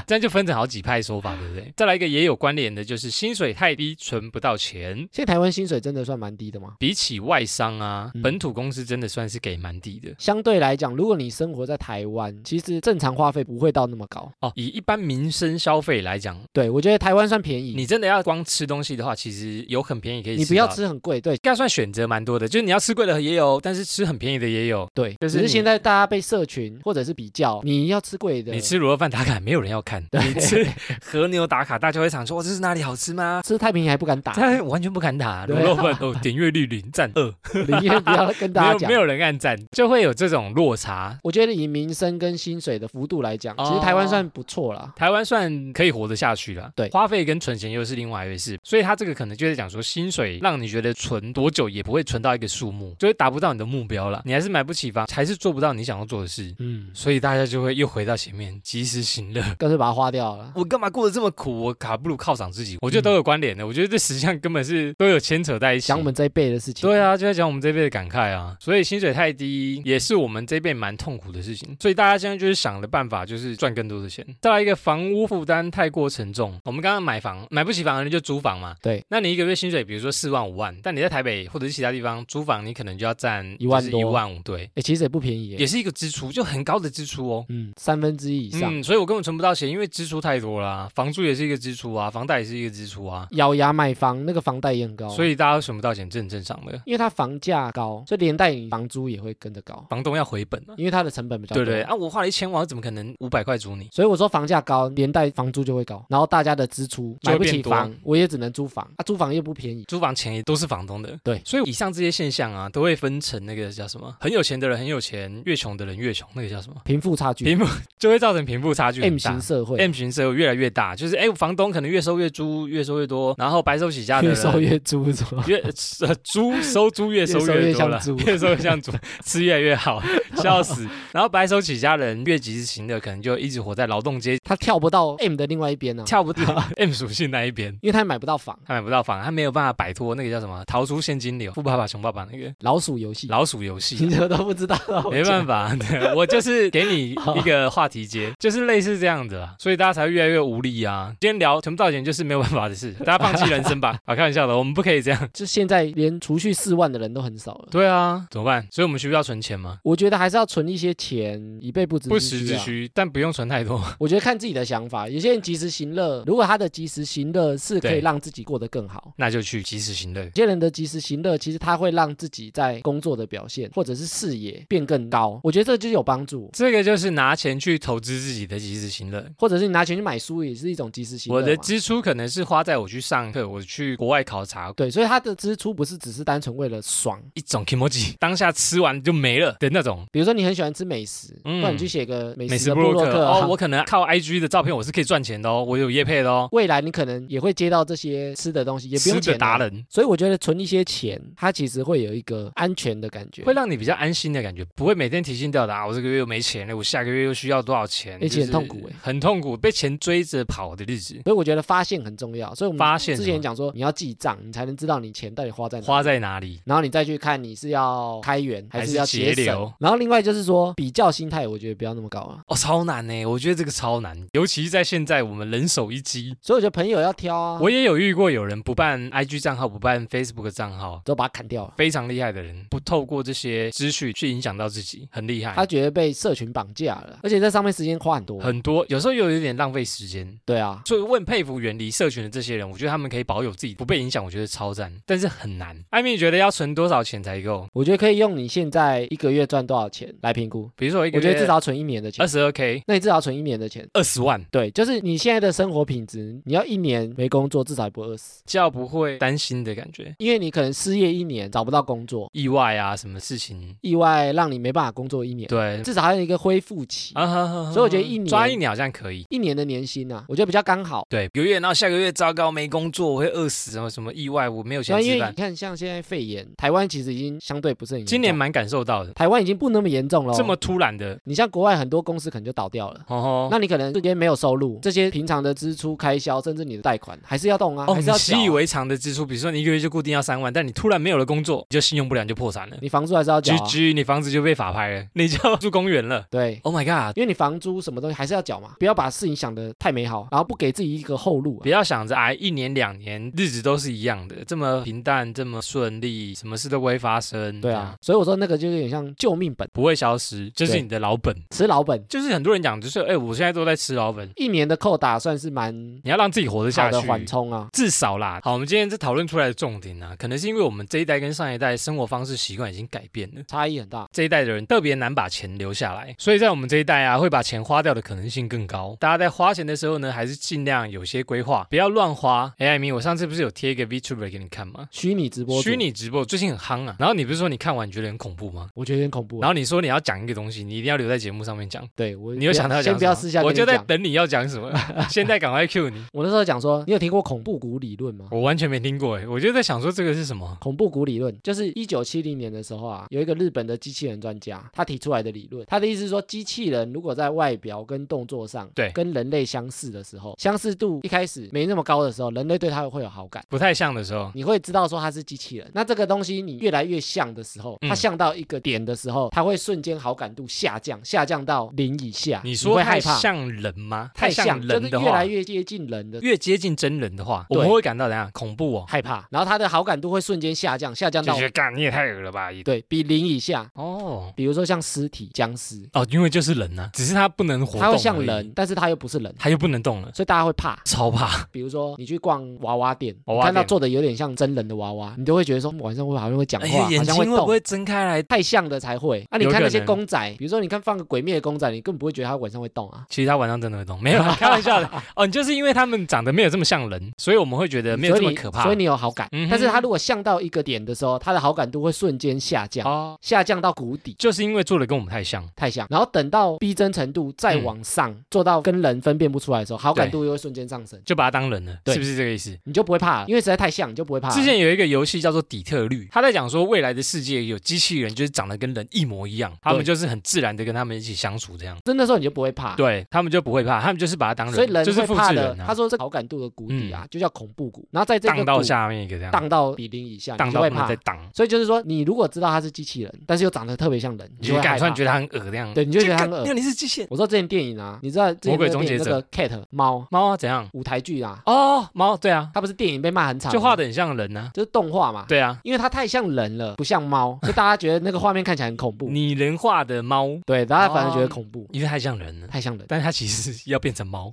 Speaker 1: 这样就分成好几派说法，对不对？再来一个也有关联的，就是薪水太低，存不到钱。
Speaker 2: 现在台湾薪水真的算蛮低的嘛。
Speaker 1: 比起外商啊，
Speaker 2: 嗯
Speaker 1: 本土公司真的算是给蛮低的
Speaker 2: 相对来讲，如果你生活在台湾，其实正常花费不会到那么高。
Speaker 1: 哦。以一般民生消费来讲，
Speaker 2: 对我觉得台湾算便宜，
Speaker 1: 你真的要光吃东西的话，其实有很便宜可以
Speaker 2: 你
Speaker 1: 到
Speaker 2: 不要，吃很贵，对
Speaker 1: 应该算选择蛮多的。就是你要吃贵的也有，但是吃很便宜的也有。
Speaker 2: 对。
Speaker 1: 就是
Speaker 2: 只是
Speaker 1: 你
Speaker 2: 现在大家被社群或者是比较，你要吃贵的，
Speaker 1: 你吃卤肉饭打卡，没有人要看；你吃和牛打卡，大家会想说：“哇，这是哪里好吃 吗
Speaker 2: 吃太便宜还不敢？”打，
Speaker 1: 他完全不敢打
Speaker 2: 对
Speaker 1: 卤肉饭哦，点阅率零赞二，
Speaker 2: 宁愿不要跟
Speaker 1: 没
Speaker 2: 大家
Speaker 1: 有
Speaker 2: 讲
Speaker 1: 没。有人按赞，就会有这种落差。
Speaker 2: 我觉得以民生跟薪水的幅度来讲，
Speaker 1: 哦
Speaker 2: 其实台湾算不错啦。
Speaker 1: 台湾算可以活得下去了，
Speaker 2: 对
Speaker 1: 花费跟存钱又是另外一回事，所以他这个可能就是讲说，薪水让你觉得存多久也不会存到一个数目，就会达不到你的目标了，你还是买不起房，还是做不到你想要做的事，
Speaker 2: 嗯，
Speaker 1: 所以大家就会又回到前面，及时行乐。
Speaker 2: 干脆把它花掉了。
Speaker 1: 我干嘛过得这么苦？我卡不如犒赏自己，嗯我觉得都有关联的，我觉得这十项根本是都有牵扯在一起。
Speaker 2: 讲我们这一辈的事情，
Speaker 1: 对啊，就在讲我们这辈的感慨啊，所以薪水太低也是我们这辈蛮痛苦的事情。所以大家现在就是想的办法就是赚更多的钱。再来一个房屋负担太过沉重，我们刚刚买房买不起房，你就租房嘛。
Speaker 2: 对，
Speaker 1: 那你一个月薪水比如说四万五万，但你在台北或者是其他地方租房，你可能就要占
Speaker 2: 一万多
Speaker 1: 一万五，对，
Speaker 2: 哎，其实也不便宜耶，
Speaker 1: 也是一个支出，就很高的支出哦。
Speaker 2: 嗯，三分之一以上，
Speaker 1: 嗯，所以我根本存不到钱，因为支出太多啦、房租也是一个支出啊，房贷也是一个支出啊，
Speaker 2: 咬牙买房，那个房贷也很高。
Speaker 1: 所以大家都存不到钱，这很正常的。
Speaker 2: 因为它房价高，所以连带你房租也会跟着高，
Speaker 1: 房东要回本啊。
Speaker 2: 因为它的成本比较
Speaker 1: 对
Speaker 2: 高。
Speaker 1: 对啊，我花了一千万，我怎么可能五百块租你？
Speaker 2: 所以我说房价高，连带房租就会高，然后大家的支出
Speaker 1: 就会
Speaker 2: 买不
Speaker 1: 变
Speaker 2: 起
Speaker 1: 多
Speaker 2: 房，我也只能租房啊，租房又不便宜，
Speaker 1: 租房钱也都是房东的。
Speaker 2: 对
Speaker 1: 所以以上这些现象啊，都会分成那个叫什么，很有钱的人很有钱，越穷的人越穷，那个叫什么？
Speaker 2: 贫富差距
Speaker 1: 贫 就会造成贫富差距很
Speaker 2: ，M
Speaker 1: 大。
Speaker 2: 型社会
Speaker 1: M 型社会越来越大，就是哎，房东可能越收越租，越收越多，然后白手起家的
Speaker 2: 越
Speaker 1: 人
Speaker 2: 收越租是吗？
Speaker 1: 越 呃租收租越收
Speaker 2: 越收越
Speaker 1: 多
Speaker 2: 像
Speaker 1: 了
Speaker 2: 猪，
Speaker 1: 越收越像猪，吃越来越好，笑死。然后白手起家的人越及时行乐，可能就一直活在劳动 阶，
Speaker 2: 他跳不到 M 的另外一边呢、啊，
Speaker 1: 跳不到 M 属性那一边。
Speaker 2: 因为他也买不到房，
Speaker 1: 他买不到房，他没有办法摆脱那个叫什么“逃出现金流”，富爸爸穷爸爸那 个
Speaker 2: 老鼠游戏，
Speaker 1: 老鼠游戏
Speaker 2: 你
Speaker 1: 啊、
Speaker 2: 这都不知道，
Speaker 1: 没办法，对我就是给 你
Speaker 2: 哦
Speaker 1: 一个话题接，就是类似这样的啊，所以大家才越来越无力啊。今天聊存不到钱就是没有办法的事，大家放弃人生吧。啊，开玩笑的，我们不可以这样。
Speaker 2: 就现在连储蓄四万的人都很少了。
Speaker 1: 对啊，怎么办？所以我们需不需要存钱吗？
Speaker 2: 我觉得还是要存一些钱，以备不时
Speaker 1: 不时
Speaker 2: 之
Speaker 1: 之
Speaker 2: 需、啊。
Speaker 1: 需，但不用存太多。
Speaker 2: 我觉得看自己的想法，有些人及时行乐，如果他的及时行乐是可以
Speaker 1: 对
Speaker 2: 让自己过得更好，
Speaker 1: 那就去及时行乐
Speaker 2: 有。些人的及时行乐，其实他会让自己在工作的表现或者是视野变更高，我觉得这就是有帮助。
Speaker 1: 这个就是拿钱去投资自己的及时行乐。
Speaker 2: 或者是你拿钱去买书，也是一种及时行乐
Speaker 1: 我
Speaker 2: 嘛。
Speaker 1: 的支出可能是花在我去上课、我去国外考察、
Speaker 2: 对，所以他的支出不是只是单纯为了爽。
Speaker 1: 一种 i m o j i 当下吃完就没了的那种
Speaker 2: 比如说你很喜欢吃美食，不然你去写个美
Speaker 1: 嗯美
Speaker 2: 食的
Speaker 1: 食
Speaker 2: 部
Speaker 1: 布
Speaker 2: 落
Speaker 1: 洛
Speaker 2: 克
Speaker 1: 克
Speaker 2: 啊
Speaker 1: 哦，我可能靠 IG 的照片我是可以赚钱的哦，我有业配的哦，
Speaker 2: 未来你可能也会接到这些吃的东西，也不用啊
Speaker 1: 吃
Speaker 2: 钱
Speaker 1: 的达
Speaker 2: 了。
Speaker 1: 人。
Speaker 2: 所以我觉得存一些钱，它其实会有一个安全的感觉，
Speaker 1: 会让你比较安心的感觉，不会每天提心吊胆啊！我这个月又没钱了，我下个月又需要多少钱？
Speaker 2: 而且
Speaker 1: 就
Speaker 2: 很
Speaker 1: 是
Speaker 2: 痛苦欸
Speaker 1: 很痛苦，被钱追着跑的日子。
Speaker 2: 所以我觉得发现很重要。所以我们
Speaker 1: 发现
Speaker 2: 之
Speaker 1: 什
Speaker 2: 前
Speaker 1: 么
Speaker 2: 讲说，你要记账，你才能知道你钱到底花在哪里
Speaker 1: 花在哪里？
Speaker 2: 然后你再去看你是要开源还
Speaker 1: 还
Speaker 2: 是
Speaker 1: 是
Speaker 2: 要
Speaker 1: 节
Speaker 2: 节省
Speaker 1: 流。
Speaker 2: 然后另外就是说比较心态，我觉得不要那么高啊。
Speaker 1: 哦，超难呢！我觉得这个超难，尤其是在现在我们人手一机。
Speaker 2: 所以我觉得朋友要挑啊，
Speaker 1: 我也有遇过有人不办 IG 账号，不办 Facebook 账号，
Speaker 2: 都把它砍掉了。
Speaker 1: 非常厉害的人，不透过这些资讯去影响到自己，很厉害。
Speaker 2: 他觉得被社群绑架了，而且在上面时间花哎很多。
Speaker 1: 很多有时候又有点浪费时间，
Speaker 2: 对啊，
Speaker 1: 所以问佩服远离社群的这些人，我觉得他们可以保有自己不被影响，我觉得超赞，但是很难。艾米觉得要存多少钱才够？
Speaker 2: 我觉得可以用你现在一个月赚多少钱来评估。
Speaker 1: 比如说一个
Speaker 2: 我
Speaker 1: 月，
Speaker 2: 觉得至少存一年的
Speaker 1: 二
Speaker 2: 钱，
Speaker 1: 十二 k，
Speaker 2: 那你至少存一年的钱。
Speaker 1: 二十万，
Speaker 2: 对，就是你现在的生活品质，你要一年没工作，至少也不会饿死，
Speaker 1: 较不会担心的感觉，
Speaker 2: 因为你可能失业一年找不到工作，
Speaker 1: 意外啊，什么事情？
Speaker 2: 意外让你没办法工作一年，
Speaker 1: 对，
Speaker 2: 至少还有一个恢复期。
Speaker 1: 啊哈哈哈
Speaker 2: 所以我觉得一年
Speaker 1: 抓一年好像可以。
Speaker 2: 一年的年薪啊，我觉得比较刚好。
Speaker 1: 对，一个月，然后下个月糟糕没工作，我会饿死，什么什么意外，我没有
Speaker 2: 那
Speaker 1: 钱
Speaker 2: 啊因
Speaker 1: 吃
Speaker 2: 为你
Speaker 1: 饭。
Speaker 2: 看，像现在肺炎，台湾其实已经相对不是很严重，
Speaker 1: 今年蛮感受到的，
Speaker 2: 台湾已经不那么严重了。哦
Speaker 1: 这么，突然的，
Speaker 2: 你像国外很多公司可能就倒掉了。
Speaker 1: 哦吼，
Speaker 2: 那你可能这边没有收入，这些平常的支出开销，甚至你的贷款还是要动啊，
Speaker 1: 哦，
Speaker 2: 还
Speaker 1: 你
Speaker 2: 是要缴啊
Speaker 1: 习以为常的支出，比如说你一个月就固定要三万，但你突然没有了工作，你就信用不良就破产了。
Speaker 2: 你房租还是要缴、啊，
Speaker 1: GG，你房子就被法拍了， 你就住公园了。
Speaker 2: 对，
Speaker 1: Oh my god！
Speaker 2: 因为你房租什么东西还是要缴嘛，不要把事情想得太美好，然后不给自己一个后路、啊
Speaker 1: 不。要想着哎，一年两年日子都是一样的，这么平淡，这么顺利，什么事都不会发生。
Speaker 2: 对
Speaker 1: 这
Speaker 2: 啊
Speaker 1: 样，，
Speaker 2: 所以我说那个就有点像救命本，
Speaker 1: 不会消失，这是
Speaker 2: 对
Speaker 1: 你的老本。
Speaker 2: 吃老本，
Speaker 1: 就是很多人讲，就是哎，我现在都在吃老本，
Speaker 2: 一年的扣打算是蛮
Speaker 1: 你要让自己活得
Speaker 2: 好
Speaker 1: 下
Speaker 2: 的缓
Speaker 1: 去。
Speaker 2: 冲啊。
Speaker 1: 至少啦，好，我们今天这讨论出来的重点呢、可能是因为我们这一代跟上一代生活方式习惯已经改变了，
Speaker 2: 差异很大，
Speaker 1: 这一代的人特别难把钱留下来，所以在我们这一代啊，会把钱花掉的可能性更高。大家在花钱的时候呢，还是尽量有些规划，不要乱花。哎，艾米，我上次不是有贴一个 VTuber 给你看吗？
Speaker 2: 虚拟直播主
Speaker 1: 虚，拟直播最近很夯啊，然后你不是说你看完你觉得很恐怖吗？
Speaker 2: 我觉得有点恐怖啊、
Speaker 1: 然后你说你要讲一个东西，你一定要留在节目上面讲。
Speaker 2: 对我，
Speaker 1: 你有想到要讲什
Speaker 2: 先
Speaker 1: 么？
Speaker 2: 不要私下
Speaker 1: 我
Speaker 2: 跟你
Speaker 1: 就在
Speaker 2: 讲。
Speaker 1: 等你要讲什 么，现在赶快 Q 你。
Speaker 2: 我那时候讲说，你有听过恐怖谷理论吗？
Speaker 1: 我完全没听过哎，我就在想说这个是什么？
Speaker 2: 恐怖谷理论就是一九七零年的时候啊，有一个日本的机器人专家，他提出来的理论。他的意思是说，机器人如果在外表跟动作上，
Speaker 1: 对
Speaker 2: 跟人类相似的时候，相似度一开始没那么高的时候，人类对它会有好感。
Speaker 1: 不太像的时候，
Speaker 2: 你会知道说它是机器人，那这个东西你越来越像的时候，
Speaker 1: 嗯
Speaker 2: 它像到一个点的时候，它会瞬间好感度下降，下降到零以下，
Speaker 1: 你
Speaker 2: 你
Speaker 1: 说
Speaker 2: 会
Speaker 1: 太
Speaker 2: 害怕，
Speaker 1: 像人吗？
Speaker 2: 太
Speaker 1: 像
Speaker 2: 就
Speaker 1: 人
Speaker 2: 是
Speaker 1: 的
Speaker 2: 越
Speaker 1: 话
Speaker 2: 来，越接近人的
Speaker 1: 越接近真人的话，我
Speaker 2: 对
Speaker 1: 们会感到怎样恐怖哦？
Speaker 2: 害怕，然后它的好感度会瞬间下降，下降
Speaker 1: 就
Speaker 2: 到
Speaker 1: 觉得干你也太恶了吧？也
Speaker 2: 对比零以下，
Speaker 1: 哦
Speaker 2: 比如说像尸体、僵尸，
Speaker 1: 哦，因为就是人呐、只是他不能活动，
Speaker 2: 它会像人，，但是它又不是人，
Speaker 1: 他又不能动了，
Speaker 2: 所以大家会怕。
Speaker 1: 超怕。
Speaker 2: 比如说你去逛娃娃店，
Speaker 1: 娃
Speaker 2: 你
Speaker 1: 娃
Speaker 2: 看到
Speaker 1: 店
Speaker 2: 做的有点像真人的娃娃，你都会觉得说晚上会好像会讲话，好
Speaker 1: 哎眼
Speaker 2: 像
Speaker 1: 睛会
Speaker 2: 会
Speaker 1: 不
Speaker 2: 动。
Speaker 1: 会睁开来？
Speaker 2: 太像的才会啊！你
Speaker 1: 有
Speaker 2: 看那
Speaker 1: 可
Speaker 2: 些
Speaker 1: 能
Speaker 2: 公仔，比如说你看放个鬼灭的公仔，你根本不会觉得它晚上会动啊。
Speaker 1: 其实他晚上真的会动，没有 啦，开玩笑的。哦，你就是因为他们长得没有这么像人，所以我们会觉得没有这
Speaker 2: 嗯所以
Speaker 1: 么
Speaker 2: 你
Speaker 1: 可怕。
Speaker 2: 所以你有好感。
Speaker 1: 嗯哼
Speaker 2: 但是它如果像到一个点的时候，它的好感度会瞬间下降，
Speaker 1: 哦，
Speaker 2: 下降到谷底，
Speaker 1: 就是因为做的跟我们太像，
Speaker 2: 太像。然后等到逼真程度再
Speaker 1: 嗯
Speaker 2: 往上，做到跟人分辨不出来的时候，好感
Speaker 1: 对
Speaker 2: 度又会瞬间上升，
Speaker 1: 就把他当人了，
Speaker 2: 对啊
Speaker 1: 是不是这个意思？
Speaker 2: 你就不会怕了，因为实在太像，你就不会怕了。
Speaker 1: 之前有一个游戏叫做《底特律》，他在讲说未来的世界有机器人，就是长得跟人一模一样，他们就是很自然的跟他们一起相处这样。
Speaker 2: 真的时候你就不会怕。
Speaker 1: 对他们就不会怕，他们就是把它当人，
Speaker 2: 所以人
Speaker 1: 就是
Speaker 2: 会
Speaker 1: 复
Speaker 2: 怕
Speaker 1: 制
Speaker 2: 的。
Speaker 1: 人
Speaker 2: 他
Speaker 1: 啊，嗯
Speaker 2: 说这好感度的谷底啊，就叫恐怖谷。然后在这
Speaker 1: 荡
Speaker 2: 个
Speaker 1: 到
Speaker 2: 谷
Speaker 1: 下面一个这样，
Speaker 2: 荡到比零以下，
Speaker 1: 荡
Speaker 2: 你就
Speaker 1: 到
Speaker 2: 会
Speaker 1: 不能
Speaker 2: 怕
Speaker 1: 再。荡，
Speaker 2: 所以就是说，你如果知道他是机器人，但是又长得特别像人，
Speaker 1: 你
Speaker 2: 就
Speaker 1: 就
Speaker 2: 会
Speaker 1: 感
Speaker 2: 害
Speaker 1: 突
Speaker 2: 怕
Speaker 1: 然。觉得他很恶这样，
Speaker 2: 对，你就觉得他很
Speaker 1: 干
Speaker 2: 恶
Speaker 1: 那。你是机械
Speaker 2: 我说之前电影啊，你知道之前
Speaker 1: 魔鬼
Speaker 2: 那
Speaker 1: 终
Speaker 2: 个电
Speaker 1: 结
Speaker 2: 影
Speaker 1: 者
Speaker 2: 那个 cat 猫
Speaker 1: 猫啊怎样？
Speaker 2: 舞台剧啊，
Speaker 1: 哦，猫对啊，
Speaker 2: 它不是电影被骂很惨吗，
Speaker 1: 就画的很像人呢、
Speaker 2: 就是动画嘛。
Speaker 1: 啊，，对啊，
Speaker 2: 因为它太像人了，不像猫，所以大家觉得那个画面看起来很恐怖。
Speaker 1: 拟人化的猫，
Speaker 2: 对，大家反而觉得
Speaker 1: 哦
Speaker 2: 恐怖，
Speaker 1: 因为太像人了。
Speaker 2: 太像人，
Speaker 1: 但它其实要变成 猫，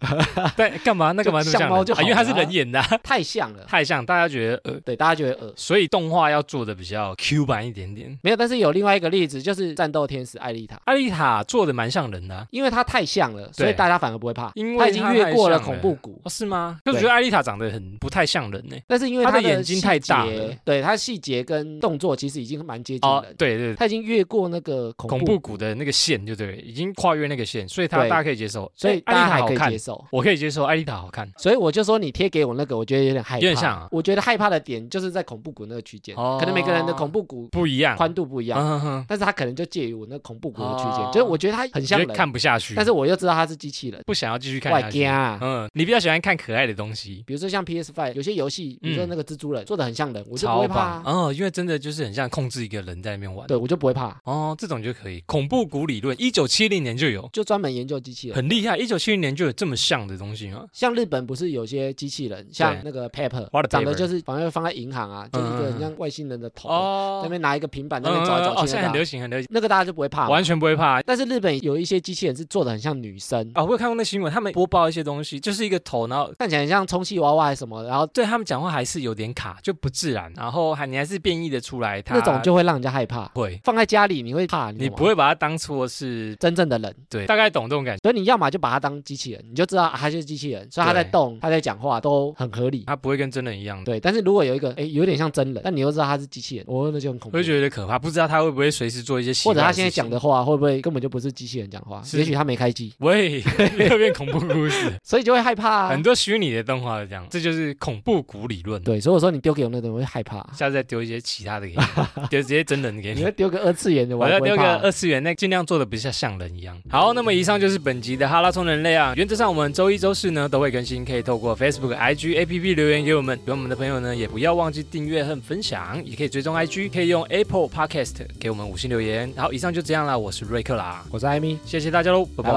Speaker 1: 但干嘛？那干嘛那么
Speaker 2: 就像
Speaker 1: 人
Speaker 2: 猫就
Speaker 1: 啊因为它
Speaker 2: 好
Speaker 1: 是
Speaker 2: 了啊
Speaker 1: 人演的啊、
Speaker 2: 太像 了。
Speaker 1: 太像，大家觉得呃，
Speaker 2: 对，大家觉得恶
Speaker 1: 所以动画要做的比较 Q 版一点点。
Speaker 2: 没有，但是有另外一个例子，就是战斗天使艾丽塔，
Speaker 1: 阿丽塔做的蛮像人的啊、
Speaker 2: 因为它太像了，所以
Speaker 1: 对
Speaker 2: 大家反而不会怕，
Speaker 1: 因为
Speaker 2: 它已经越过
Speaker 1: 了
Speaker 2: 了恐怖谷。
Speaker 1: 哦，是吗？可是我
Speaker 2: 对
Speaker 1: 觉得艾丽塔长得很不太像人呢、
Speaker 2: 但是因为
Speaker 1: 她
Speaker 2: 它
Speaker 1: 的眼睛太大
Speaker 2: 细节
Speaker 1: 的
Speaker 2: 节，对它细节跟动作其实已经蛮接近
Speaker 1: 哦
Speaker 2: 人，，
Speaker 1: 对对，
Speaker 2: 它已经越过那个恐
Speaker 1: 恐怖谷的那个线，就对了，已经跨越那个线，所以他
Speaker 2: 对
Speaker 1: 大家可以接受，
Speaker 2: 所以
Speaker 1: 哎艾
Speaker 2: 大
Speaker 1: 丽
Speaker 2: 家
Speaker 1: 塔
Speaker 2: 还
Speaker 1: 好
Speaker 2: 可以
Speaker 1: 看
Speaker 2: 接，受。
Speaker 1: 我可以接受艾丽塔好看。
Speaker 2: 所以我就说你贴给我那个，我觉得有点害怕。
Speaker 1: 有点像啊
Speaker 2: 我觉得害怕的点就是在恐怖谷那个区间，
Speaker 1: 哦
Speaker 2: 可能每个人的恐怖谷
Speaker 1: 不一样，
Speaker 2: 宽度不一样，
Speaker 1: 嗯哼哼，
Speaker 2: 但是它可能就介于我那恐怖谷的区间，
Speaker 1: 哦
Speaker 2: 就是我觉得它很
Speaker 1: 觉
Speaker 2: 像人
Speaker 1: 得，看不下去，
Speaker 2: 但是我又知道它是机器人，
Speaker 1: 不想要继续看
Speaker 2: 外
Speaker 1: 下去。
Speaker 2: 加、啊。
Speaker 1: 嗯，你比较喜欢看可爱的东西，
Speaker 2: 比如说像 PS Five 有些游戏，比如说那个蜘蛛人、做的很像人，我就
Speaker 1: 嗯
Speaker 2: 不
Speaker 1: 超
Speaker 2: 会怕、啊
Speaker 1: 棒。哦，因为真的就是很像控制一个人在那边玩。
Speaker 2: 对，我就不会怕，
Speaker 1: 哦，这种就可以。恐怖谷理论，一九七零年就有，
Speaker 2: 就专门研究机器人。
Speaker 1: 很厉害。一九七零年就有这么像的东西吗？
Speaker 2: 像日本不是有些机器人，像那个 Pepper，
Speaker 1: What a
Speaker 2: 长得
Speaker 1: Pepper
Speaker 2: 就是反正放在银行啊，就是一个
Speaker 1: 嗯
Speaker 2: 很像外星人的头，在
Speaker 1: 哦
Speaker 2: 那，边拿一个平板在那边
Speaker 1: 嗯
Speaker 2: 找
Speaker 1: 嗯
Speaker 2: 来找
Speaker 1: 哦，
Speaker 2: 去
Speaker 1: 现
Speaker 2: 那
Speaker 1: 在
Speaker 2: 个
Speaker 1: 很
Speaker 2: 啊，嗯
Speaker 1: 流行，很流行，
Speaker 2: 那个大家就不会怕嘛。
Speaker 1: 完全不会怕。啊
Speaker 2: 但是日本有一些机器人是做的很像女生，
Speaker 1: 啊、我有看过那新闻，他们播报一些东西，就是一个头，然后
Speaker 2: 看起来很像充气娃娃还是什么，然后
Speaker 1: 对他们讲话还是有点卡，就不自然，然后还你还是变异的出来，他
Speaker 2: 那种就会让人家害怕。
Speaker 1: 会，
Speaker 2: 放在家里你会怕，
Speaker 1: 你
Speaker 2: 懂吗
Speaker 1: 不会把它当做是
Speaker 2: 真正的人。
Speaker 1: 对，大概懂这种感觉。
Speaker 2: 所以你要么就把它当机器人，你就知道啊它就是机器人，所以它在
Speaker 1: 对
Speaker 2: 动、它在讲话都很合理。
Speaker 1: 它不会跟真人一样的，
Speaker 2: 对，但是如果有一个哎有点像真人，但你又知道它是机器人，哦，那就很恐怖
Speaker 1: 会。觉得可怕，不知道他会不会随时做一些奇
Speaker 2: 或
Speaker 1: 怪
Speaker 2: 者
Speaker 1: 的
Speaker 2: 他
Speaker 1: 事
Speaker 2: 现
Speaker 1: 情。
Speaker 2: 在讲的话会不会根本就不是机器人讲话？
Speaker 1: 是
Speaker 2: 也许他没开机，
Speaker 1: 喂， 又变恐怖故 事，
Speaker 2: 所以就会害怕、啊
Speaker 1: 很。多虚拟的动画都这样，这就是恐怖谷理论。
Speaker 2: 对，所以我说你丢给我那种我会害怕，啊
Speaker 1: 下次再丢一些其他的给 你，丢直接真人给
Speaker 2: 你
Speaker 1: 你
Speaker 2: 会。丢个二次元的，我
Speaker 1: 我
Speaker 2: 还
Speaker 1: 要
Speaker 2: 不会
Speaker 1: 丢个
Speaker 2: 怕。啊
Speaker 1: 二次元，那尽量做的不像像人一样。好，那么以上就是本集的哈拉充人类啊。原则上我们周一、周四呢都会更新，可以透过 Facebook、IG、APP 留言给我们。给我们的朋友呢也不要忘记订阅和分享，也可以追踪 IG，可以用 Apple Podcast 给我们五星留言。好，以上就这样啦，我是瑞克啦，
Speaker 2: 我是艾米。
Speaker 1: 谢谢大家喽，拜
Speaker 2: 拜
Speaker 1: 拜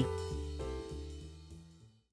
Speaker 2: 拜